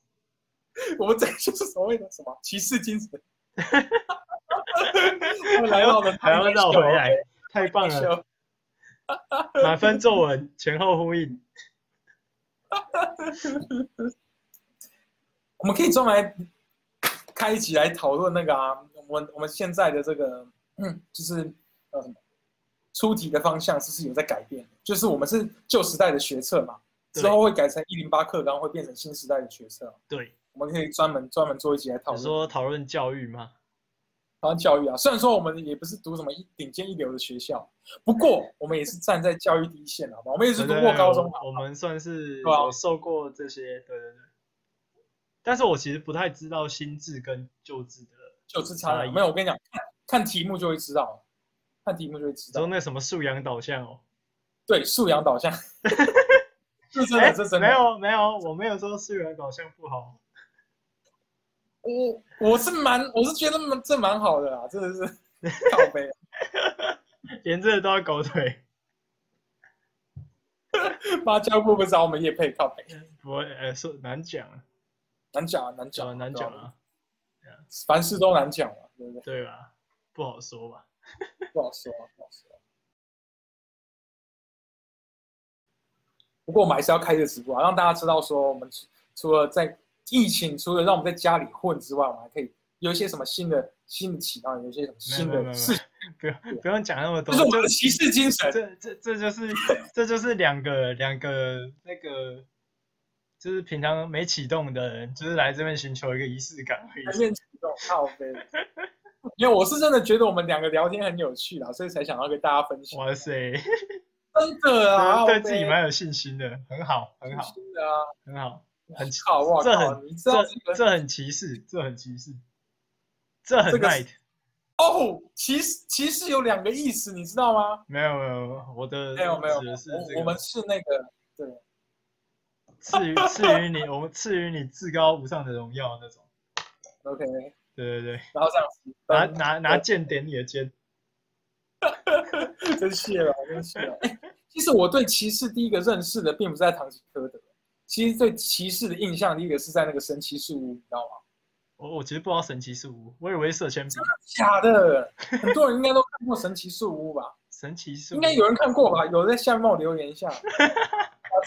我们这就是所谓的什么骑士 精神。我们来到了
还要绕回来，太棒
害
了！
羞，
满分作文前后呼应，
我们可以专门来开一集来讨论那个啊，我们我们现在的这个，嗯，就是呃什么出题的方向是不是有在改变？就是我们是旧时代的学测嘛，
对
之后会改成一零八课纲，会变成新时代的学测。
对，
我们可以专门专门做一集来讨
你
论
说讨论教育吗？
讨论教育啊。虽然说我们也不是读什么一顶尖一流的学校，不 过我们也是站在教育第一线的，好吧？我们也是读
对对
过
对
高中嘛，
我我们算是
对啊
有受过这些，对对对。但是我其实不太知道新制跟旧制的，
就是差
差异
异。没有，我跟你讲，看看题目就会知道，看题目就会知
你
道
说。那什么素养导向哦，
对，素养导向， 是真
哎
的，这真的。
没，有没有，我没有说素养导向不好，
我我是蛮，我是觉得蛮这蛮好的啦，真的是靠背。啊
连这都要狗腿，
妈教部不找我们也配靠背，
我呃说难讲啊，
难讲啊，难讲啊，
讲难
对吧
讲，啊，
凡事都难讲啊，对不对？
对吧？不好说吧。
不好说啊，不好说啊。不过我们还是要开这个直播啊，让大家知道说我们除除了在疫情，除了让我们在家里混之外，我们还可以有一些什么新的新的启发，有一些什么新
没有没有
的事情，
不用不用讲那么
这
多，
是我
就
们的骑士精神。
这这这就是这就是两个两个那个，就是平常没启动的人，就是来这边寻求一个仪式感而
全
已。
面启动靠背。 因为我是真的觉得我们两个聊天很有趣啦，所以才想要跟大家分享。
哇塞，
真的 啊，
对
靠
自己
背
蛮有信心的，很好，很好，
真的啊，
很好，很奇
好哇
这
靠！
很
你知道这
这
个
这很歧视，这很歧视，这很
这个
night。
哦，骑士骑士有两个意思，你知道吗？
没有没有，我的
没有没有，
指的是这
我
个
我们是那个对，
赐予赐予你，我们赐予你至高无上的荣耀那种。
OK，
对对对，
然后这样 子，
拿
嗯
拿拿剑点你的肩。
真谢了，真谢了。哎其实我对骑士第一个认识的并不是在唐吉诃德，其实对骑士的印象第一个是在那个神奇树屋，你知道吗？
我我其实不知道神奇是无，我以为是色铅笔。
假的，很多人应该都看过神奇树屋吧？
神奇是无
应该有人看过吧？有人在下面帮我留言一下，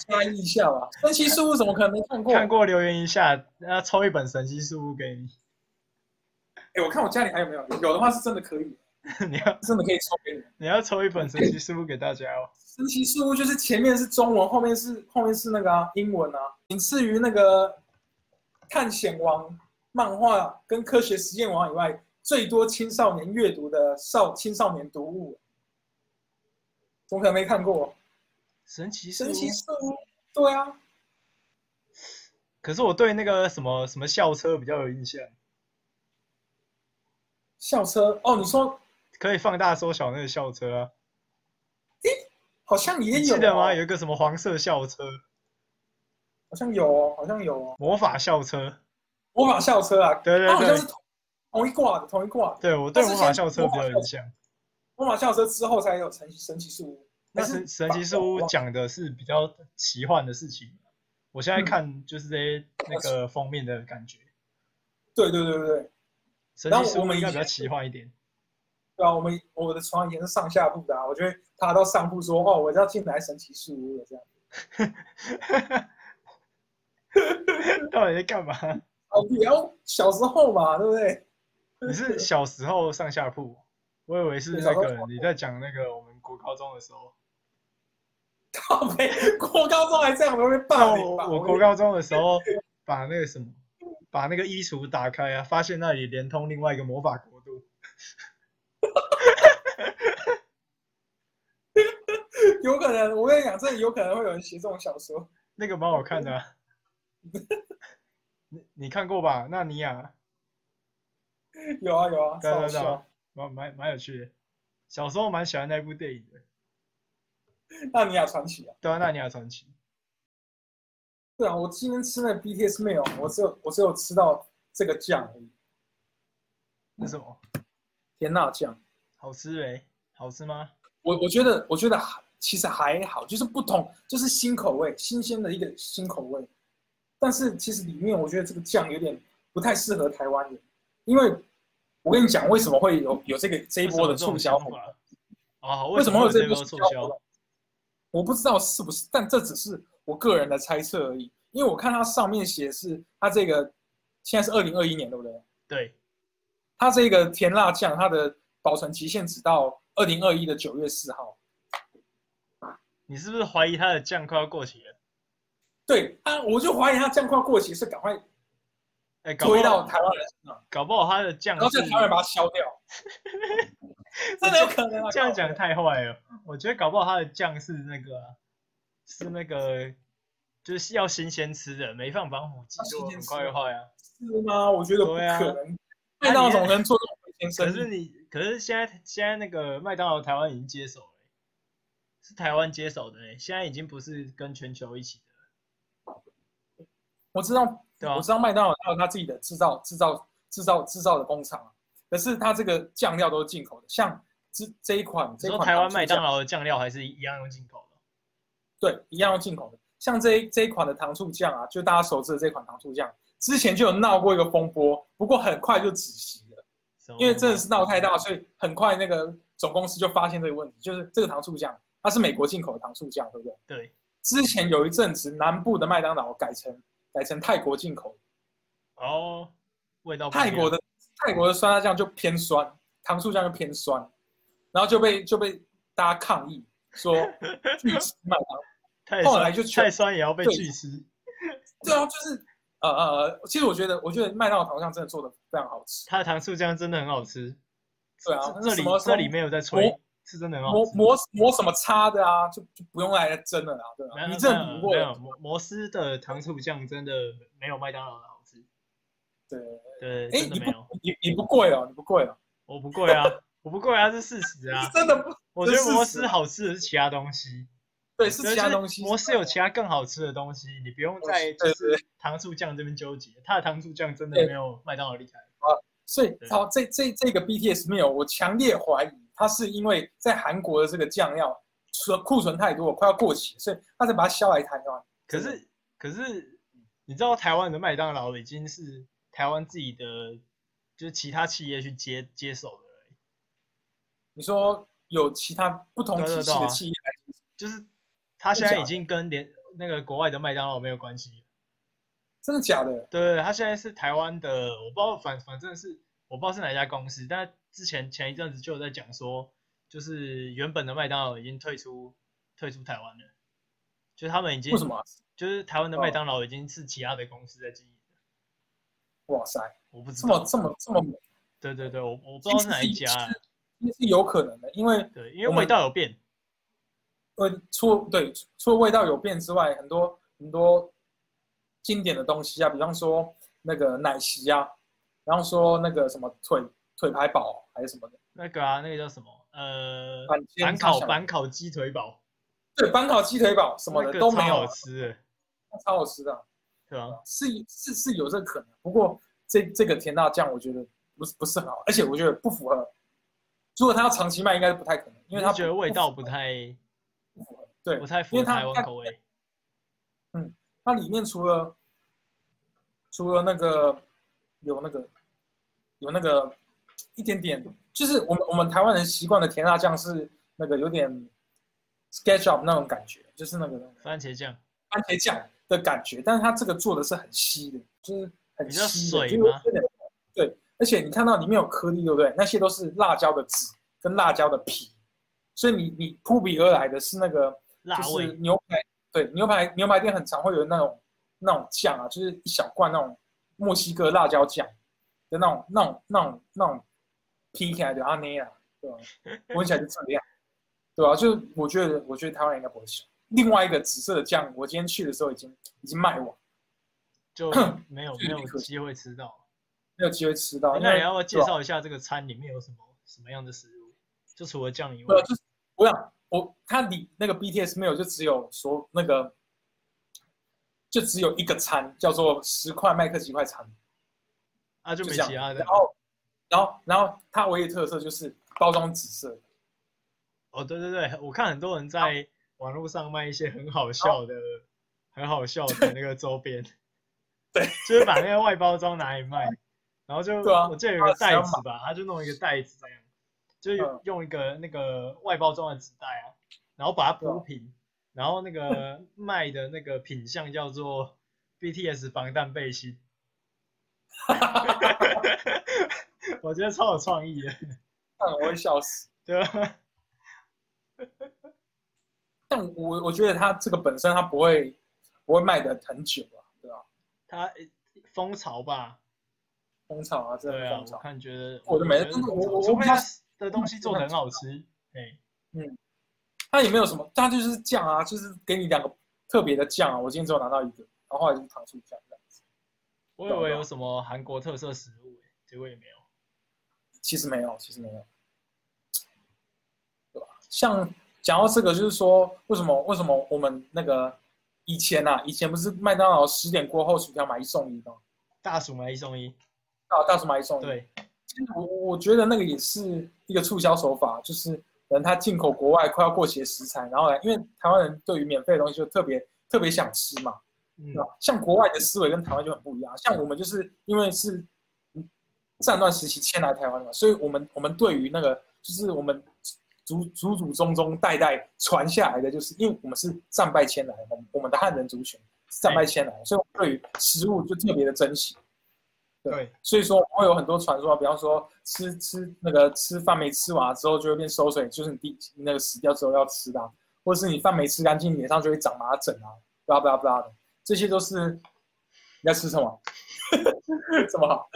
大家一下吧。神奇树屋怎么可能没看过？
看过留言一下，那抽一本神奇书给你，
哎、我看我家里还有没有？有的话是真的可以，
你要
真的可以抽给你们。
你要抽一本神奇书给大家哦。
神奇树屋就是前面是中文，后面是后面是那个啊英文啊，仅次于那个探险王漫画跟科学实验王以外，最多青少年阅读的少青少年读物。怎么可能没看过？
神奇书
神，奇树屋，对啊，
可是我对那个什么什么校车比较有印象，
校车哦，你说
可以放大缩小那个校车啊，
好像也
你
有、
记得吗？
哦，
有一个什么黄色校车，
好像有哦，好像有哦。
魔法校车。
魔法校车啊，
对对
它好像
对
是同同一挂的，同一挂的。
对我对
但是
魔法
现在
校车比较有印象。
魔法校车之后才有神奇神奇树屋，哦
那
还
神神奇书讲的是比较奇幻的事情，我现在
嗯
看就是这些那个封面的感觉，
对对对对对，
神
然
奇
后我
书
们
应该
以
比较
前
奇幻一点。
对啊，我们我的床以前是上下铺的、啊，我就会爬到上铺说哦，我要进来神奇树屋了这样。
到底在干嘛？
哦，不要小时候嘛，对不对？
你 是小时候上下铺，我以为是
对
那
小时候
个你在讲那个我们国高中的时候。
靠北，国高中还这样，我会被
那
霸凌
哦我
吧？
我国高中的时候，把那个什么，把那个衣橱打开啊，发现那里连通另外一个魔法国度。
有可能，我跟你讲，真的有可能会有人写这种小说。
那个蛮好看的啊、 你你看过吧？纳尼亚
有啊有啊，
对
超好
对对
笑。
蛮蛮蛮有趣的，小时候蛮喜欢那部电影的，
纳尼亚传奇啊。
对啊，《纳尼亚传奇》
对啊，我今天吃那个 BTS 没有，哦我只有我只有吃到这个酱而已，
那什么
甜辣酱。
好吃诶、好吃吗？
我我觉得我觉得还其实还好，就是不同，就是新口味，新鲜的一个新口味。但是其实里面我觉得这个酱有点不太适合台湾人，因为我跟你讲为什么会有有这个这一波的
为什么有
促
这种
销
想
活动，
法哦，
为什么会有
这
这
一
一
波
波
促
促
销
销？我不知道是不是，但这只是我个人的猜测而已。因为我看它上面写是它这个现在是二零二一年，对不对？
对，
它这个甜辣酱，它的保存期限只到二零二一的九月四号。
你是不是怀疑它的酱快要过期了？
对啊，我就怀疑它酱快过期，是赶快
哎、搞不
推到
好
台湾人身上，
搞不好它的酱
然后
是
叫台湾人把它 消掉。真的有可能啊！
这样讲太坏了，我觉得搞不好它的酱是那个啊、是那个就是要新鲜吃的，没放防腐剂
要
就
新鲜
很
吃
快会
的
坏啊。
是吗？我觉得不
对啊
可能。
那
麦当劳
你
怎么可能做这种违
可
心
是
生意？
你，可是现在现在那个麦当劳台湾已经接手了欸、是台湾接手的、欸，现在已经不是跟全球一起的了，
我知道，
对啊
我知道麦当劳它有它自己的制造、制造、制造、制造的工厂，啊可是它这个酱料都是进口的，像这这一款，
你
这一
说
款
台湾麦
糖醋
当
酱
劳的酱料还是一样用进口的？
对，一样要进口的。像这一这一款的糖醋酱啊，就大家熟知的这款糖醋酱，之前就有闹过一个风波，不过很快就止息了，
什么
因为真的是闹太大，所以很快那个总公司就发现这个问题，就是这个糖醋酱它是美国进口的糖醋酱，对不对？
对，
之前有一阵子南部的麦当劳改成改成泰国进口，
哦，味道不一
泰
样
国的泰国的酸辣酱就偏酸，糖醋酱就偏酸，然后就被就被大家抗议说拒吃麦当
太
后
酸
来就全
太酸也要被
对
拒吃，
对啊，就是呃呃，其实我觉得我觉得麦当劳糖酱真的做的非常好吃，
它的糖醋酱真的很好吃。
对啊
这
那
这
什
里
么
这里没有在吹
磨，
是真的很好
磨
吃。
磨磨什么叉的啊，就就不用来争了啦，对
没
啊，
有
你真的比不过
没有没有摩摩斯的糖醋酱真的没有麦当劳的好吃，
对，
对，
哎
真的
你
没有。
不你你不贵哦，你不贵哦，
我不贵啊，我不贵啊，是事实啊
是。真的不
我觉
这
得
是
摩
事
斯
实
好吃的是其他东西，
对是
对
其他
就是
东西，
摩斯有其他更好吃的东西，你不用在就
对对
是糖醋酱这边纠结。它的糖醋酱真的
对
没有麦当劳厉害。
所以
对
好，这这这个 BTS 面，我强烈怀疑它是因为在韩国的这个酱料存库存太多，快要过期，所以他才把它销来台湾。
可
真的
是可是你知道台湾的麦当劳已经是台湾自己的，就是其他企业去接接手的了，
你说有其他不同体
对
系
对对
的
啊
企业来竞争，
就是它
真
现
的
在
假
已
的
经跟连那个国外的麦当劳没有关系了。
真的假的？
对，他现在是台湾的，我不知道反反正是我不知道是哪一家公司，但之前前一阵子就有在讲说，就是原本的麦当劳已经退出退出台湾了，就是他们已经
为什么啊？
就是台湾的麦
哦
当劳已经是其他的公司在经营了，
哇塞，
我不知
这么
道。
这么这么，
对对对，我我不知道是哪一家啊，
也是有可能的，因为
对，因为
我们
味道有变，
呃，除对除了味道有变之外，很多很多经典的东西啊，比方说那个奶昔啊，然后说那个什么腿腿排堡还是什么的，
那个啊，那个叫什么？呃，
板煎
板
沙
烤
小
板烤鸡腿堡，
对，板烤鸡腿堡什么
那
的
个
都
超
没有
好
啊，
吃的，
超好吃的，
对吧？
是是是有这个可能。不过这这个甜辣酱我觉得不是不是很好，而且我觉得不符合。如果它要长期卖，应该是不太可能，因为
你
它
是觉得味道不
太
太
不符合。对
不，太符
因
合
为它
台湾
它
口味，
它里面除了除了那个有那个有那个一点点，就是我们我们台湾人习惯的甜辣酱是那个有点 SketchUp 那种感觉，就是那个
番茄酱
番茄酱的感觉，但是它这个做的是很稀的，就是很
比较
稀的，
水
就是
吗
有点对，而且你看到里面有颗粒，对不对？那些都是辣椒的籽跟辣椒的皮，所以你你扑鼻而来的是那个
辣
就
味
是。牛排，对，牛排牛排店很常会有那种那种酱啊，就是一小罐那种墨西哥辣椒酱的那种那种那种那种劈起来的阿内啊，对吧？闻起来就这样，对吧、就是我觉得我觉得台湾人应该不会喜欢。另外一个紫色的酱，我今天去的时候已经已经卖完，
就没有没
是
有
立刻
机会吃到。
没有机会吃到。
诶
因
那
为
你要不要介
对吧
绍一下这个餐里面有什么什么样的食物？就除了酱以
对
外
啊，，就是我想我他里那个 BTS 没有，就只有说那个，就只有一个餐叫做十块麦克鸡块餐，
啊就
就
没
这样。
其他的
然。后然后然后它唯一的特色就是包装紫色，
哦，对对对，我看很多人在网络上卖一些很好笑的、很好笑的那个周边，
对，
就是把那个外包装拿来 卖，然后就
对啊
我记得有个
他只
袋
要
子吧，他就弄一个袋子这样，就是
嗯
用一个那个外包装的纸袋啊，然后把它
对
铺
啊
平，然后那 个卖的那个品相叫做 BTS 防弹背 心， 我觉得超有创意的，
看了我会笑死。
对吧？
但我我觉得它这个本身它不会不会卖的很久啊，对吧、
它风潮吧，
风潮啊，真的
对啊，
是风
我
潮。
看觉得，
我就没
觉得
但是我
很好
我
除
我啊
非
不
他
知
的东西做的很好 吃，哎，
它也没有什么，它就是酱啊，就是给你两个特别的酱啊。我今天只有拿到一个，然后后来就是糖醋酱这样子。
我以为有什么韩国特色食物，哎结果也没有。
其实没有，其实没有，对吧？像讲到这个，就是说为什么为什么我们那个以前啊，以前不是麦当劳十点过后薯条买一送一吗？
大薯买一送一，
大大叔买一送一。
对，
其实我我觉得那个也是一个促销手法，就是等他进口国外快要过期的食材，然后来，因为台湾人对于免费的东西就特别特别想吃嘛，
嗯
对，吧？啊像国外的思维跟台湾就很不一样，像我们就是因为是嗯战乱时期迁来台湾的嘛，所以我们我们对于那个就是我们祖祖祖宗宗代代传下来的，就是因为我们是战败迁来的，我们我们的汉人族群是战败迁来的，所以我们对于食物就特别的珍惜。啊
对，
所以说会有很多传说，比方说吃吃那个吃饭没吃完之后就会变馊水，就是你第你那个死掉之后要吃的啊、或者是你饭没吃干净，脸上就会长麻疹啊，不啦不啦不啦的，这些都是你在吃什么？ 什么？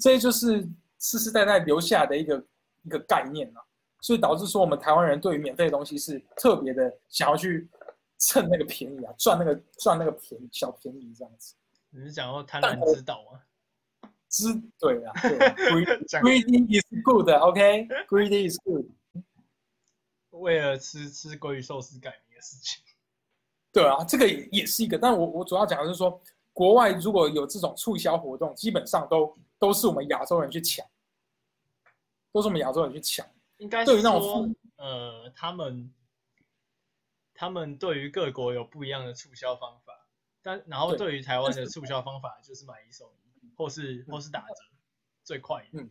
这些就是世世代代留下来的一个一个概念啊，所以导致说我们台湾人对于免费的东西是特别的想要去蹭那个便宜啊，赚那个赚那个便宜小便宜这样子。
你是想要贪婪之岛吗？
知对啊，对啊 greedy
讲
greedy is good，OK，greedy、is good。
为了吃吃鲑鱼寿司改名的事情，
对啊，这个也也是一个，但我我主要讲的是说，国外如果有这种促销活动，基本上都都是我们亚洲人去抢，都是我们亚洲人去抢。
应该
对于
是
那种负
说，呃，他们他们对于各国有不一样的促销方法，但然后
对
对于台湾
但
的
是
促销方法就是买一送一，或是或是打折，最快的。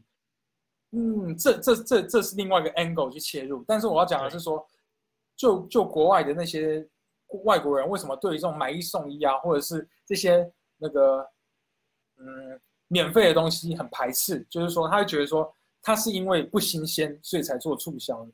嗯，这这这这是另外一个 angle 去切入，但是我要讲的是说，就就国外的那些外国人为什么对于这种买一送一啊，或者是这些那个嗯免费的东西很排斥，就是说他会觉得说他是因为不新鲜，所以才做促销的。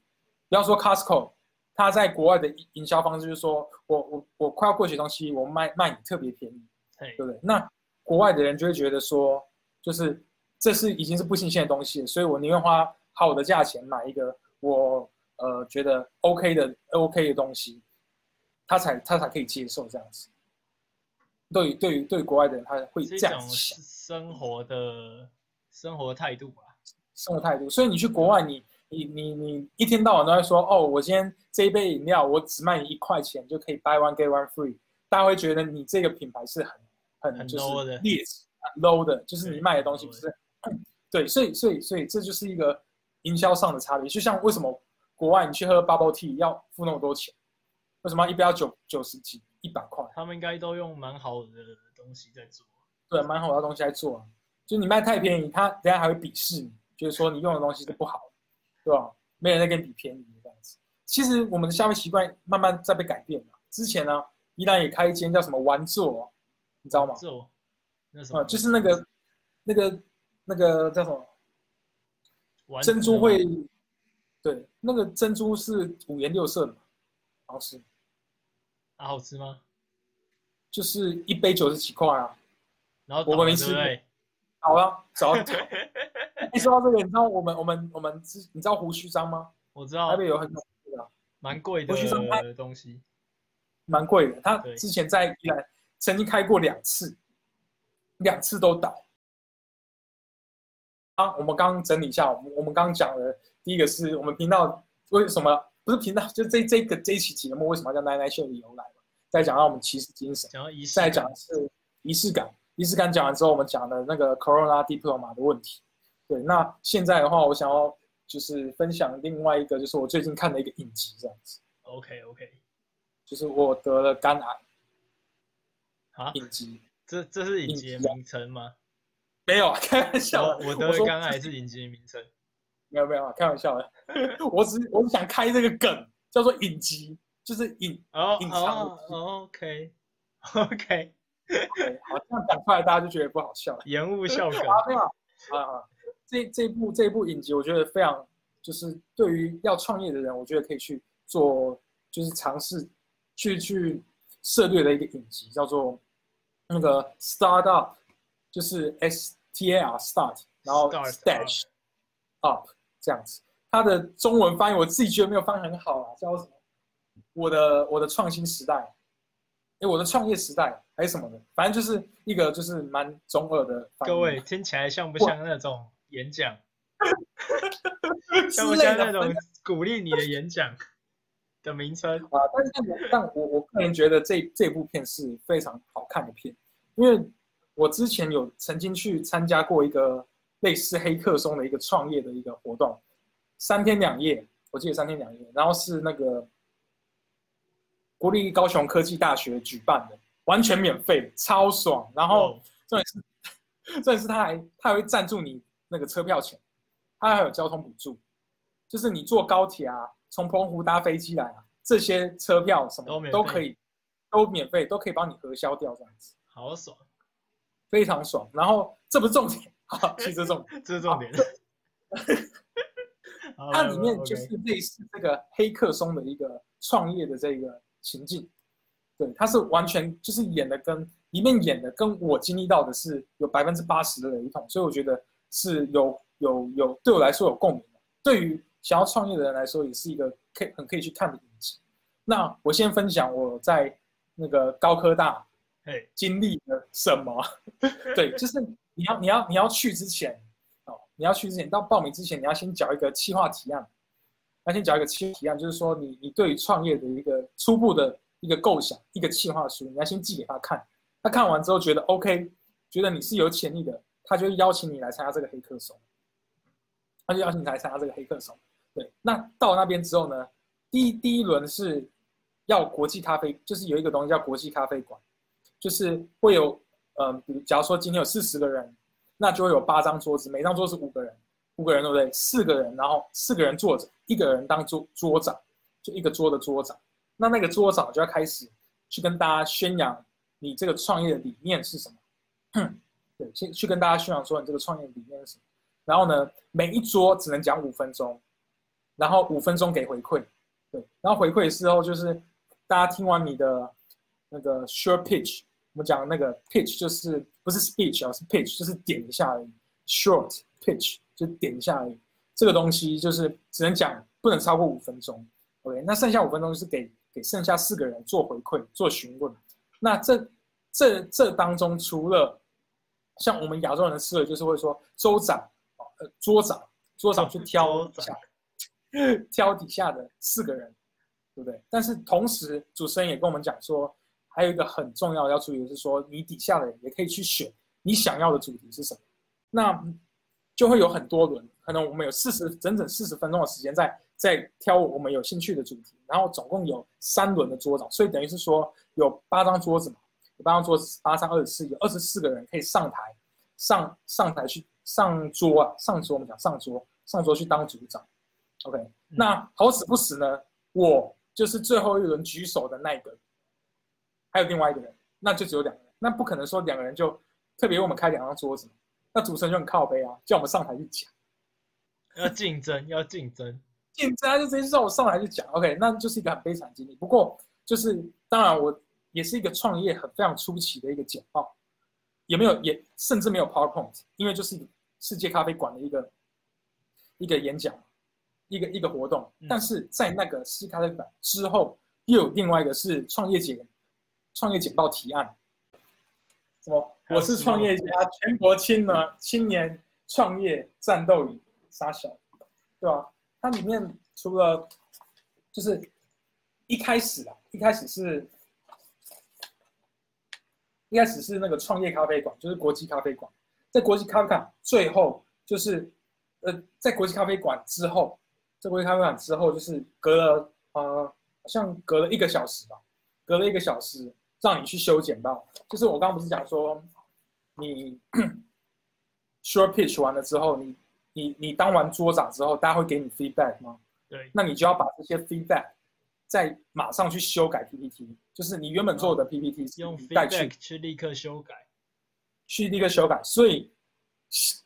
不要说 Costco，它在国外的营营销方式就是说我我我快要过期的东西，我卖卖你特别便宜，
嘿，
对不对？那国外的人就会觉得说，就是这是已经是不新鲜的东西了，所以我宁愿花好的价钱买一个我呃觉得 OK 的 OK 的东西，他才他才可以接受这样子。对于对于对于国外的人，他会
是一
这样
种
子想
生活的生活态度吧。
生活态度。所以你去国外你，你你你一天到晚都在说哦，我今天这一杯饮料我只卖你一块钱就可以 buy one get one free，大家会觉得你这个品牌是很很
很
就是
low 的
劣质很 low 的，就是
对
你卖的东西不是 对，所以所以所以这就是一个营销上的差别。就像为什么国外你去喝 bubble tea 要付那么多钱，为什么一杯要九九十几一百块？
他们应该都用蛮好的东西在做。
对，蛮好的东西来做啊。就你卖太便宜，他人家还会鄙视你，就是说你用的东西是不好的，对吧？没人在跟你比便宜这样子。其实我们的消费习惯慢慢在被改变嘛。之前呢，依然也开一间叫什么玩座，你知道吗？
做那什
啊、
么，
就是那个那个那个叫什么
玩
珍珠会，对，那个珍珠是五颜六色的嘛，然后是
啊，好吃吗？
就是一杯九十几块啊。
然后
我
倒
没
了
吃
对不对？
好了，找到。一说到这个，你知道我们我们我们之你知道胡须章吗？
我知道
台，北有很多那个啊
蛮贵
我去上
的东西。
蛮贵的。他
对
之前在宜兰曾经开过两次，两次都倒。啊，我们刚刚整理一下，我们我们刚刚讲的第一个是我们频道为什么不是频道，就这这个这一期节目为什么要叫奶奶秀的由来嘛？再讲到我们骑士精神，
想要仪式
再
感，
讲的是仪式感。仪式感讲完之后，我们讲的那个 Corona Diploma 的问题。对，那现在的话，我想要就是分享另外一个，就是我最近看的一个影集，这样子，
OK OK
就是我得了肝癌
啊，
影集。
这这是影集
影集
的名称吗？
没有，啊， 开玩笑
我
的。
我得了
说
肝癌是影集的名称。
没有没有啊，开玩笑 的。我只是我只想开这个梗，叫做影集，就是影。
哦
隐藏
哦哦，OK OK，
对好像讲出来大家就觉得不好笑了。
延误 效
啊，
果。
没有啊啊，啊这这部这部影集，我觉得非常，就是对于要创业的人，我觉得可以去做，就是尝试去去涉猎的一个影集，叫做那个 Startup，就是 S T A R Start，然后
Start
Stash Up 这样子。它的中文翻译我自己觉得没有翻译很好啊，叫什么？我的我的创新时代，哎，我的创业时代还是什么的，反正就是一个就是蛮中二的翻译。
各位听起来像不像那种演讲？像不
之类
像
的
那种
分
鼓励你的演讲的名称？
啊，但是我但我我个人觉得这这部片是非常好看的片，因为我之前有曾经去参加过一个类似黑客松的一个创业的一个活动，三天两夜，我记得三天两夜，然后是那个国立高雄科技大学举办的，完全免费，超爽。然后
哦
重点是，重点是他还他还会赞助你那个车票钱，他还有交通补助，就是你坐高铁啊，从澎湖搭飞机来啊，这些车票什
都
么
免
都
费
可以，都免费，都可以帮你核销掉这样子。
好爽！
非常爽。然后这不是重点，好，其实这种
这是重点。 好
啊它
来
里面
，OK
就是类似这个黑客松的一个创业的这个情境，对，它是完全就是演的跟里面演的跟我经历到的是有百分之八十的雷同，所以我觉得是有有有对我来说有共鸣的，对于想要创业的人来说也是一个可以很可以去看的影集。那我先分享我在那个高科大
嘿，
经历了什么？对，就是你要你要你要去之前哦，你要去之前到报名之前，你要先缴一个企划提案，要先缴一个企划提案，就是说你你对于创业的一个初步的一个构想，一个企划书，你要先寄给他看，他看完之后觉得 OK，觉得你是有潜力的，他就会邀请你来参加这个黑客松，他就邀请你来参加这个黑客松。对，那到那边之后呢，第一第一轮是要国际咖啡，就是有一个东西叫国际咖啡馆。就是会有，嗯、比如假如说今天有四十个人，那就会有八张桌子，每张桌子五个人，五个人对不对？四个人，然后四个人坐着，一个人当桌桌长，就一个桌的桌长。那那个桌长就要开始去跟大家宣扬你这个创业的理念是什么，嗯对，去去跟大家宣扬说你这个创业理念是什么。然后呢，每一桌只能讲五分钟，然后五分钟给回馈，对，然后回馈之后就是大家听完你的那个 short pitch，我们讲那个 pitch 就是不是 speech 啊，是 pitch，就是点一下而已。short pitch 就点一下而已。这个东西就是只能讲，不能超过五分钟。OK，那剩下五分钟就是给给剩下四个人做回馈、做询问。那这这这当中，除了像我们亚洲人的思维，就是会说州长、呃桌长、 桌长去挑底下 挑底下的四个人，对不对？但是同时，主持人也跟我们讲说，还有一个很重要要注意的是说，你底下的人也可以去选你想要的主题是什么。那就会有很多轮，可能我们有四十整整四十分钟的时间在在挑我们有兴趣的主题，然后总共有三轮的桌长，所以等于是说有八张桌子嘛，有八张桌子，八张二十四，有二十四个人可以上台，上上台去上桌啊，上桌我们讲上桌，上桌去当组长。OK，、那好死不死呢，我就是最后一轮举手的那一个，还有另外一个人，那就只有两个人，那不可能说两个人就特别为我们开两张桌子嘛。那主持人就很靠背啊，叫我们上台去讲。
要竞争，要竞争，
竞争，他就直接叫我上来就讲，OK，那就是一个很悲惨的经历。不过就是当然我也是一个创业很非常出奇的一个简报，也没有也甚至没有 PowerPoint，因为就是一个世界咖啡馆的一个一个演讲，一个一个活动
嗯。
但是在那个世界咖啡馆之后，又有另外一个是创业简创业简报提案，什么
还有
我是
什么
创业家，全国青呢青年创业战斗营，傻小，对吧、它里面除了就是一开始啊，一开始是，一开始是那个创业咖啡馆，就是国际咖啡馆，在国际咖啡馆最后就是，呃，在国际咖啡馆之后，在国际咖啡馆之后就是隔了呃，好像隔了一个小时吧，隔了一个小时让你去修剪报，就是我刚刚不是讲说你 short pitch 完了之后，你你你当完桌长之后，大家会给你 feedback 吗？
对，
那你就要把这些 feedback 再马上去修改 PPT，就是你原本做的 PPT
嗯
是
用
你带去
feedback 去立刻修改，
去立刻修改，所以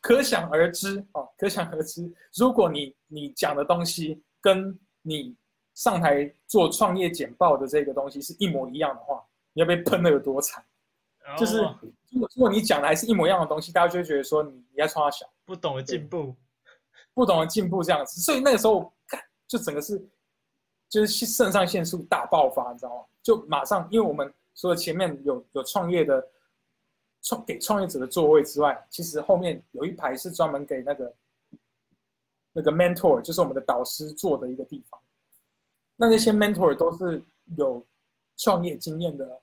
可想而知哦，可想而知，如果你你讲的东西跟你上台做创业简报的这个东西是一模一样的话，你要被喷的有多惨？就是
哦
如果如果你讲的还是一模一样的东西，大家就会觉得说你你在创他小。
不懂得进步，
不懂得进步这样子，所以那个时候我干就整个是就是肾上腺素大爆发，你知道吗？就马上，因为我们除了前面有有创业的创给创业者的座位之外，其实后面有一排是专门给那个那个 mentor，就是我们的导师做的一个地方。那那些 mentor 都是有创业经验的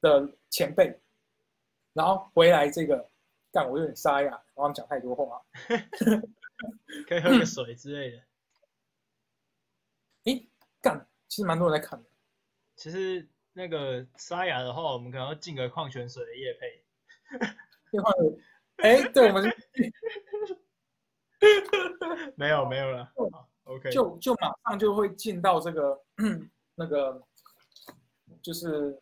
的前辈，然后回来这个干我有点沙哑，然后讲太多话。啊
可以喝个水之类的。
诶，干，其实蛮多人在看的。
其实那个沙哑的话，我们可能要进个矿泉水的液配。
电话有，诶，哎对，我们
没有没有了
哦
好，OK，
就就马上就会进到这个那个，就是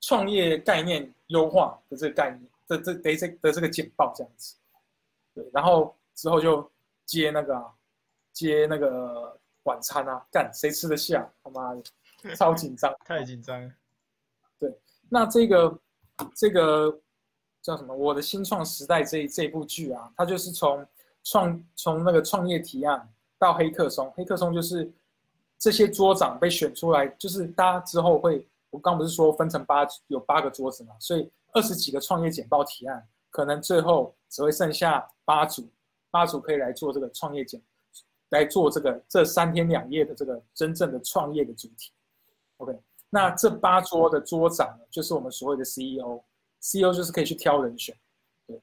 创业概念优化的这个概念的这的这的这个简报这样子。对，然后之后就接那个啊、接那个晚餐啊，干谁吃得下？他妈的，超紧张。
太紧张了。
那这个这个叫什么？我的新创时代这这部剧啊，它就是从创从那个创业提案到黑客松，黑客松就是这些桌长被选出来，就是大家之后会，我刚不是说分成八有八个桌子嘛，所以二十几个创业简报提案，可能最后只会剩下八组，八组可以来做这个创业简，来做这个这三天两夜的这个真正的创业的主题。OK，那这八桌的桌长呢，就是我们所谓的 E CEO，CEO 就是可以去挑人选，对，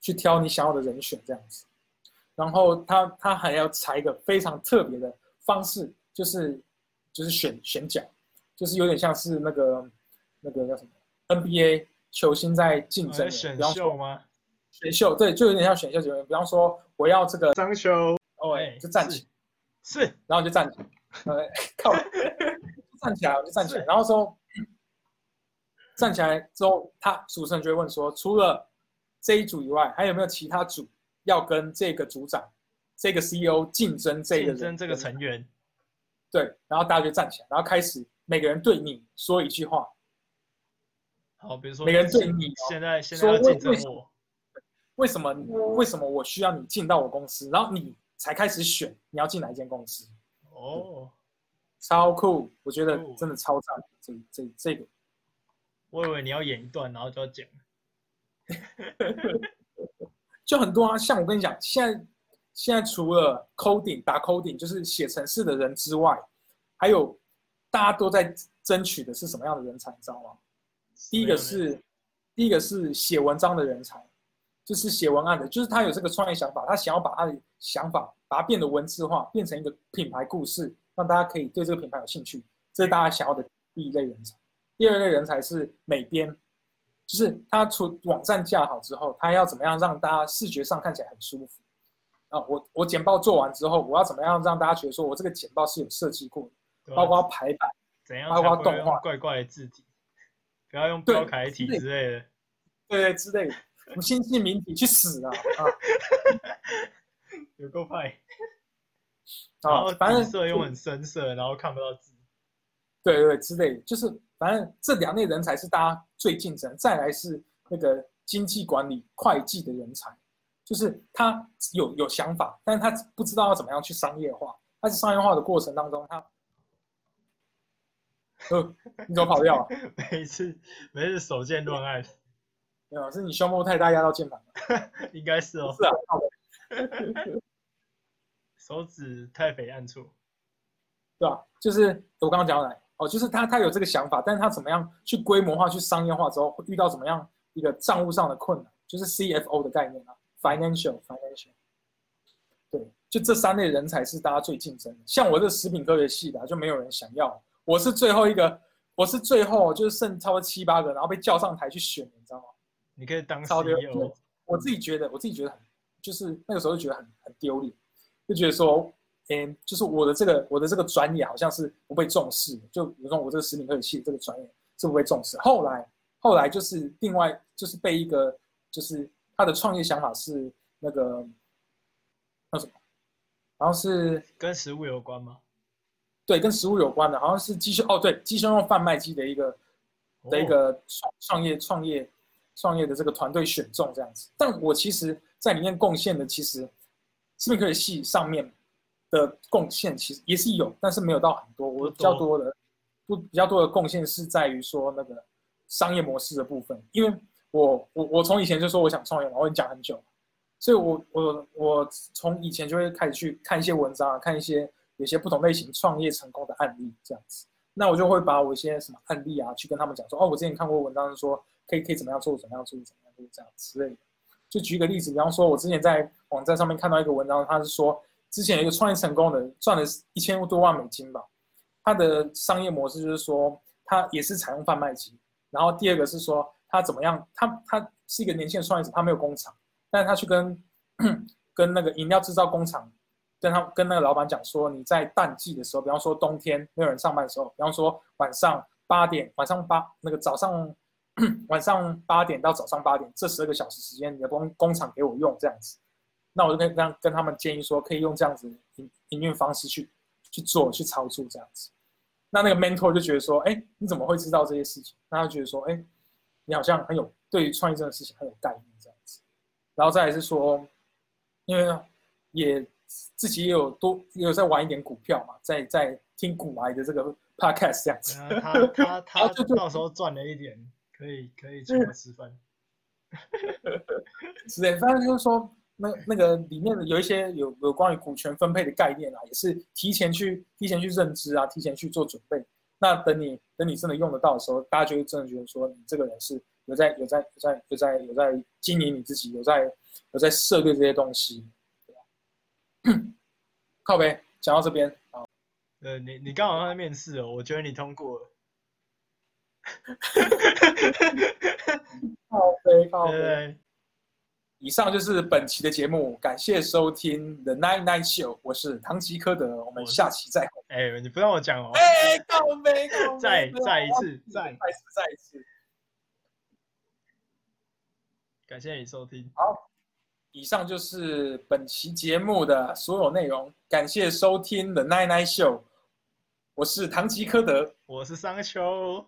去挑你想要的人选这样子。然后他他还要采一个非常特别的方式，就是就是选选角，就是有点像是那个那个叫什么 NBA 球星在竞
我
争
在哎
的，
选
比方
秀
说
吗？
选秀，对，就有点像选秀节目。比方说我要这个，
张修
哦，
哎
就站起来
是
然后就站起来，呃， 靠，站起来，我就站起来，然后之后站起来之后，他主持人就会问说，除了这一组以外，还有没有其他组要跟这个组长、这个 CEO 竞争这个
竞
人
争这个成员，
对，然后大家就站起来，然后开始每个人对你说一句话，
好，比如说
每个人对你哦
现在现在
说
要
为
竞争
为什
我，
为什么你为什么我需要你进到我公司，然后你才开始选你要进哪一间公司。
哦，
超酷，我觉得
酷
真的超赞，这这这个
我以为你要演一段，然后就要讲，
就很多啊。像我跟你讲，现在现在除了 coding 打 coding 就是写程式的人之外，还有大家都在争取的是什么样的人才，你知道吗？第一个
没有
是第一个是写文章的人才，就是写文案的，就是他有这个创业想法，他想要把他的想法把它变得文字化，变成一个品牌故事，让大家可以对这个品牌有兴趣，这是大家想要的第一类人才。第二类人才是美编，就是他除网站架好之后，他要怎么样让大家视觉上看起来很舒服。啊，我我简报做完之后，我要怎么样让大家觉得说我这个简报是有设计过的，
对啊
包括排版。
怎样
包
才
括
不
动
会用
画
怪怪的字体，不要用
对
标楷体
之类
之类的。
对之类的，什么新兴名体去死啊
有够派，
啊
然后
啊！反
底哦
正
色用很深色，然后看不到字，
对对之类的，就是反正这两类人才是大家最竞争，再来是那个经济管理会计的人才，就是他有有想法，但是他不知道要怎么样去商业化。但是商业化的过程当中，他，呃，你怎么跑掉了？
每次每次手贱乱按，
没有，啊是你胸部太大压到键盘了。
应该是哦，
是啊，靠北
手指太肥按错，
对吧？就是我刚刚讲到哪里？哦，就是他他有这个想法，但是他怎么样去规模化、去商业化之后，会遇到怎么样一个账务上的困难，就是 CFO 的概念啊，financial financial。对，就这三类人才是大家最竞争的。像我这食品科学系的啊、就没有人想要，我是最后一个，我是最后就是剩差不多七八个，然后被叫上台去选，你知道吗？
你可以当
超丢
CEO，
我自己觉得，我自己觉得很，就是那个时候就觉得很很丢脸，就觉得说，嗯，就是我的这个我的这个专业好像是不被重视的，就比如说我这个食品科学系这个专业是不被重视。后来后来就是另外就是被一个就是他的创业想法是那个那什么，好像是
跟食物有关吗？
对跟食物有关的，好像是鸡胸哦对鸡胸肉贩卖机的一个的一
哦
个创创业创业创业的这个团队选中这样子。但我其实在里面贡献的，其实食品科学系上面的贡献其实也是有，但是没有到很多。我
不多
比较多的不比较多的贡献是在于说那个商业模式的部分，因为我我我从以前就说我想创业嘛，我已经讲很久了，所以我我我从以前就会开始去看一些文章啊，看一些有些不同类型创业成功的案例这样子。那我就会把我一些什么案例啊，去跟他们讲说，哦，我之前看过文章说可以可以怎么样做，怎么样做，怎么样做这样之类的。就举一个例子，比方说，我之前在网站上面看到一个文章，他是说之前有一个创业成功的人赚了一千多万美金吧，他的商业模式就是说他也是采用贩卖机，然后第二个是说他怎么样，他他是一个年轻的创业者，他没有工厂，但是他去跟 跟那个饮料制造工厂跟他跟那个老板讲说，你在淡季的时候，比方说冬天没有人上班的时候，比方说晚上八点，晚上八那个早上 晚上八点到早上八点这十二个小时时间，你的工工厂给我用这样子，那我就跟跟跟他们建议说，可以用这样子营营运方式去去做去操作这样子。那那个 mentor 就觉得说，哎、你怎么会知道这些事情？那他觉得说，哎、你好像很有对于创业这种事情很有概念这样子。然后再来是说，因为也自己也有多也有在玩一点股票嘛，在在听股癌的这个 podcast 这样子。
那 他他他
对对
到时候赚了一点，可以可
嗯
以请我吃饭。
之类，反正就是说，那那个里面的有一些有有关于股权分配的概念啊，也是提前去提前去认知啊，提前去做准备。那等你等你真的用得到的时候，大家就会真的觉得说，你这个人是有在有在有在有在有在经营你自己，有在有在涉猎这些东西，对吧靠呗，讲到这边啊，
呃，你你刚好在面试哦，我觉得你通过了。
靠呗，靠
对对
呗。
对，
以上就是本期的节目，感谢收听 The Night Night Show，我是唐吉诃德，我们
我是
下期再会。
哎、你不让我讲哦。
哎，告杯，告杯！
再再一次再
再一次，再一次。
感谢你收听，
以上就是本期节目的所有内容，感谢收听 The Night Night Show，我是唐吉诃德，
我是商丘，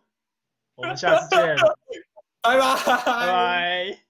我们下次见，
拜拜，
拜
拜
拜。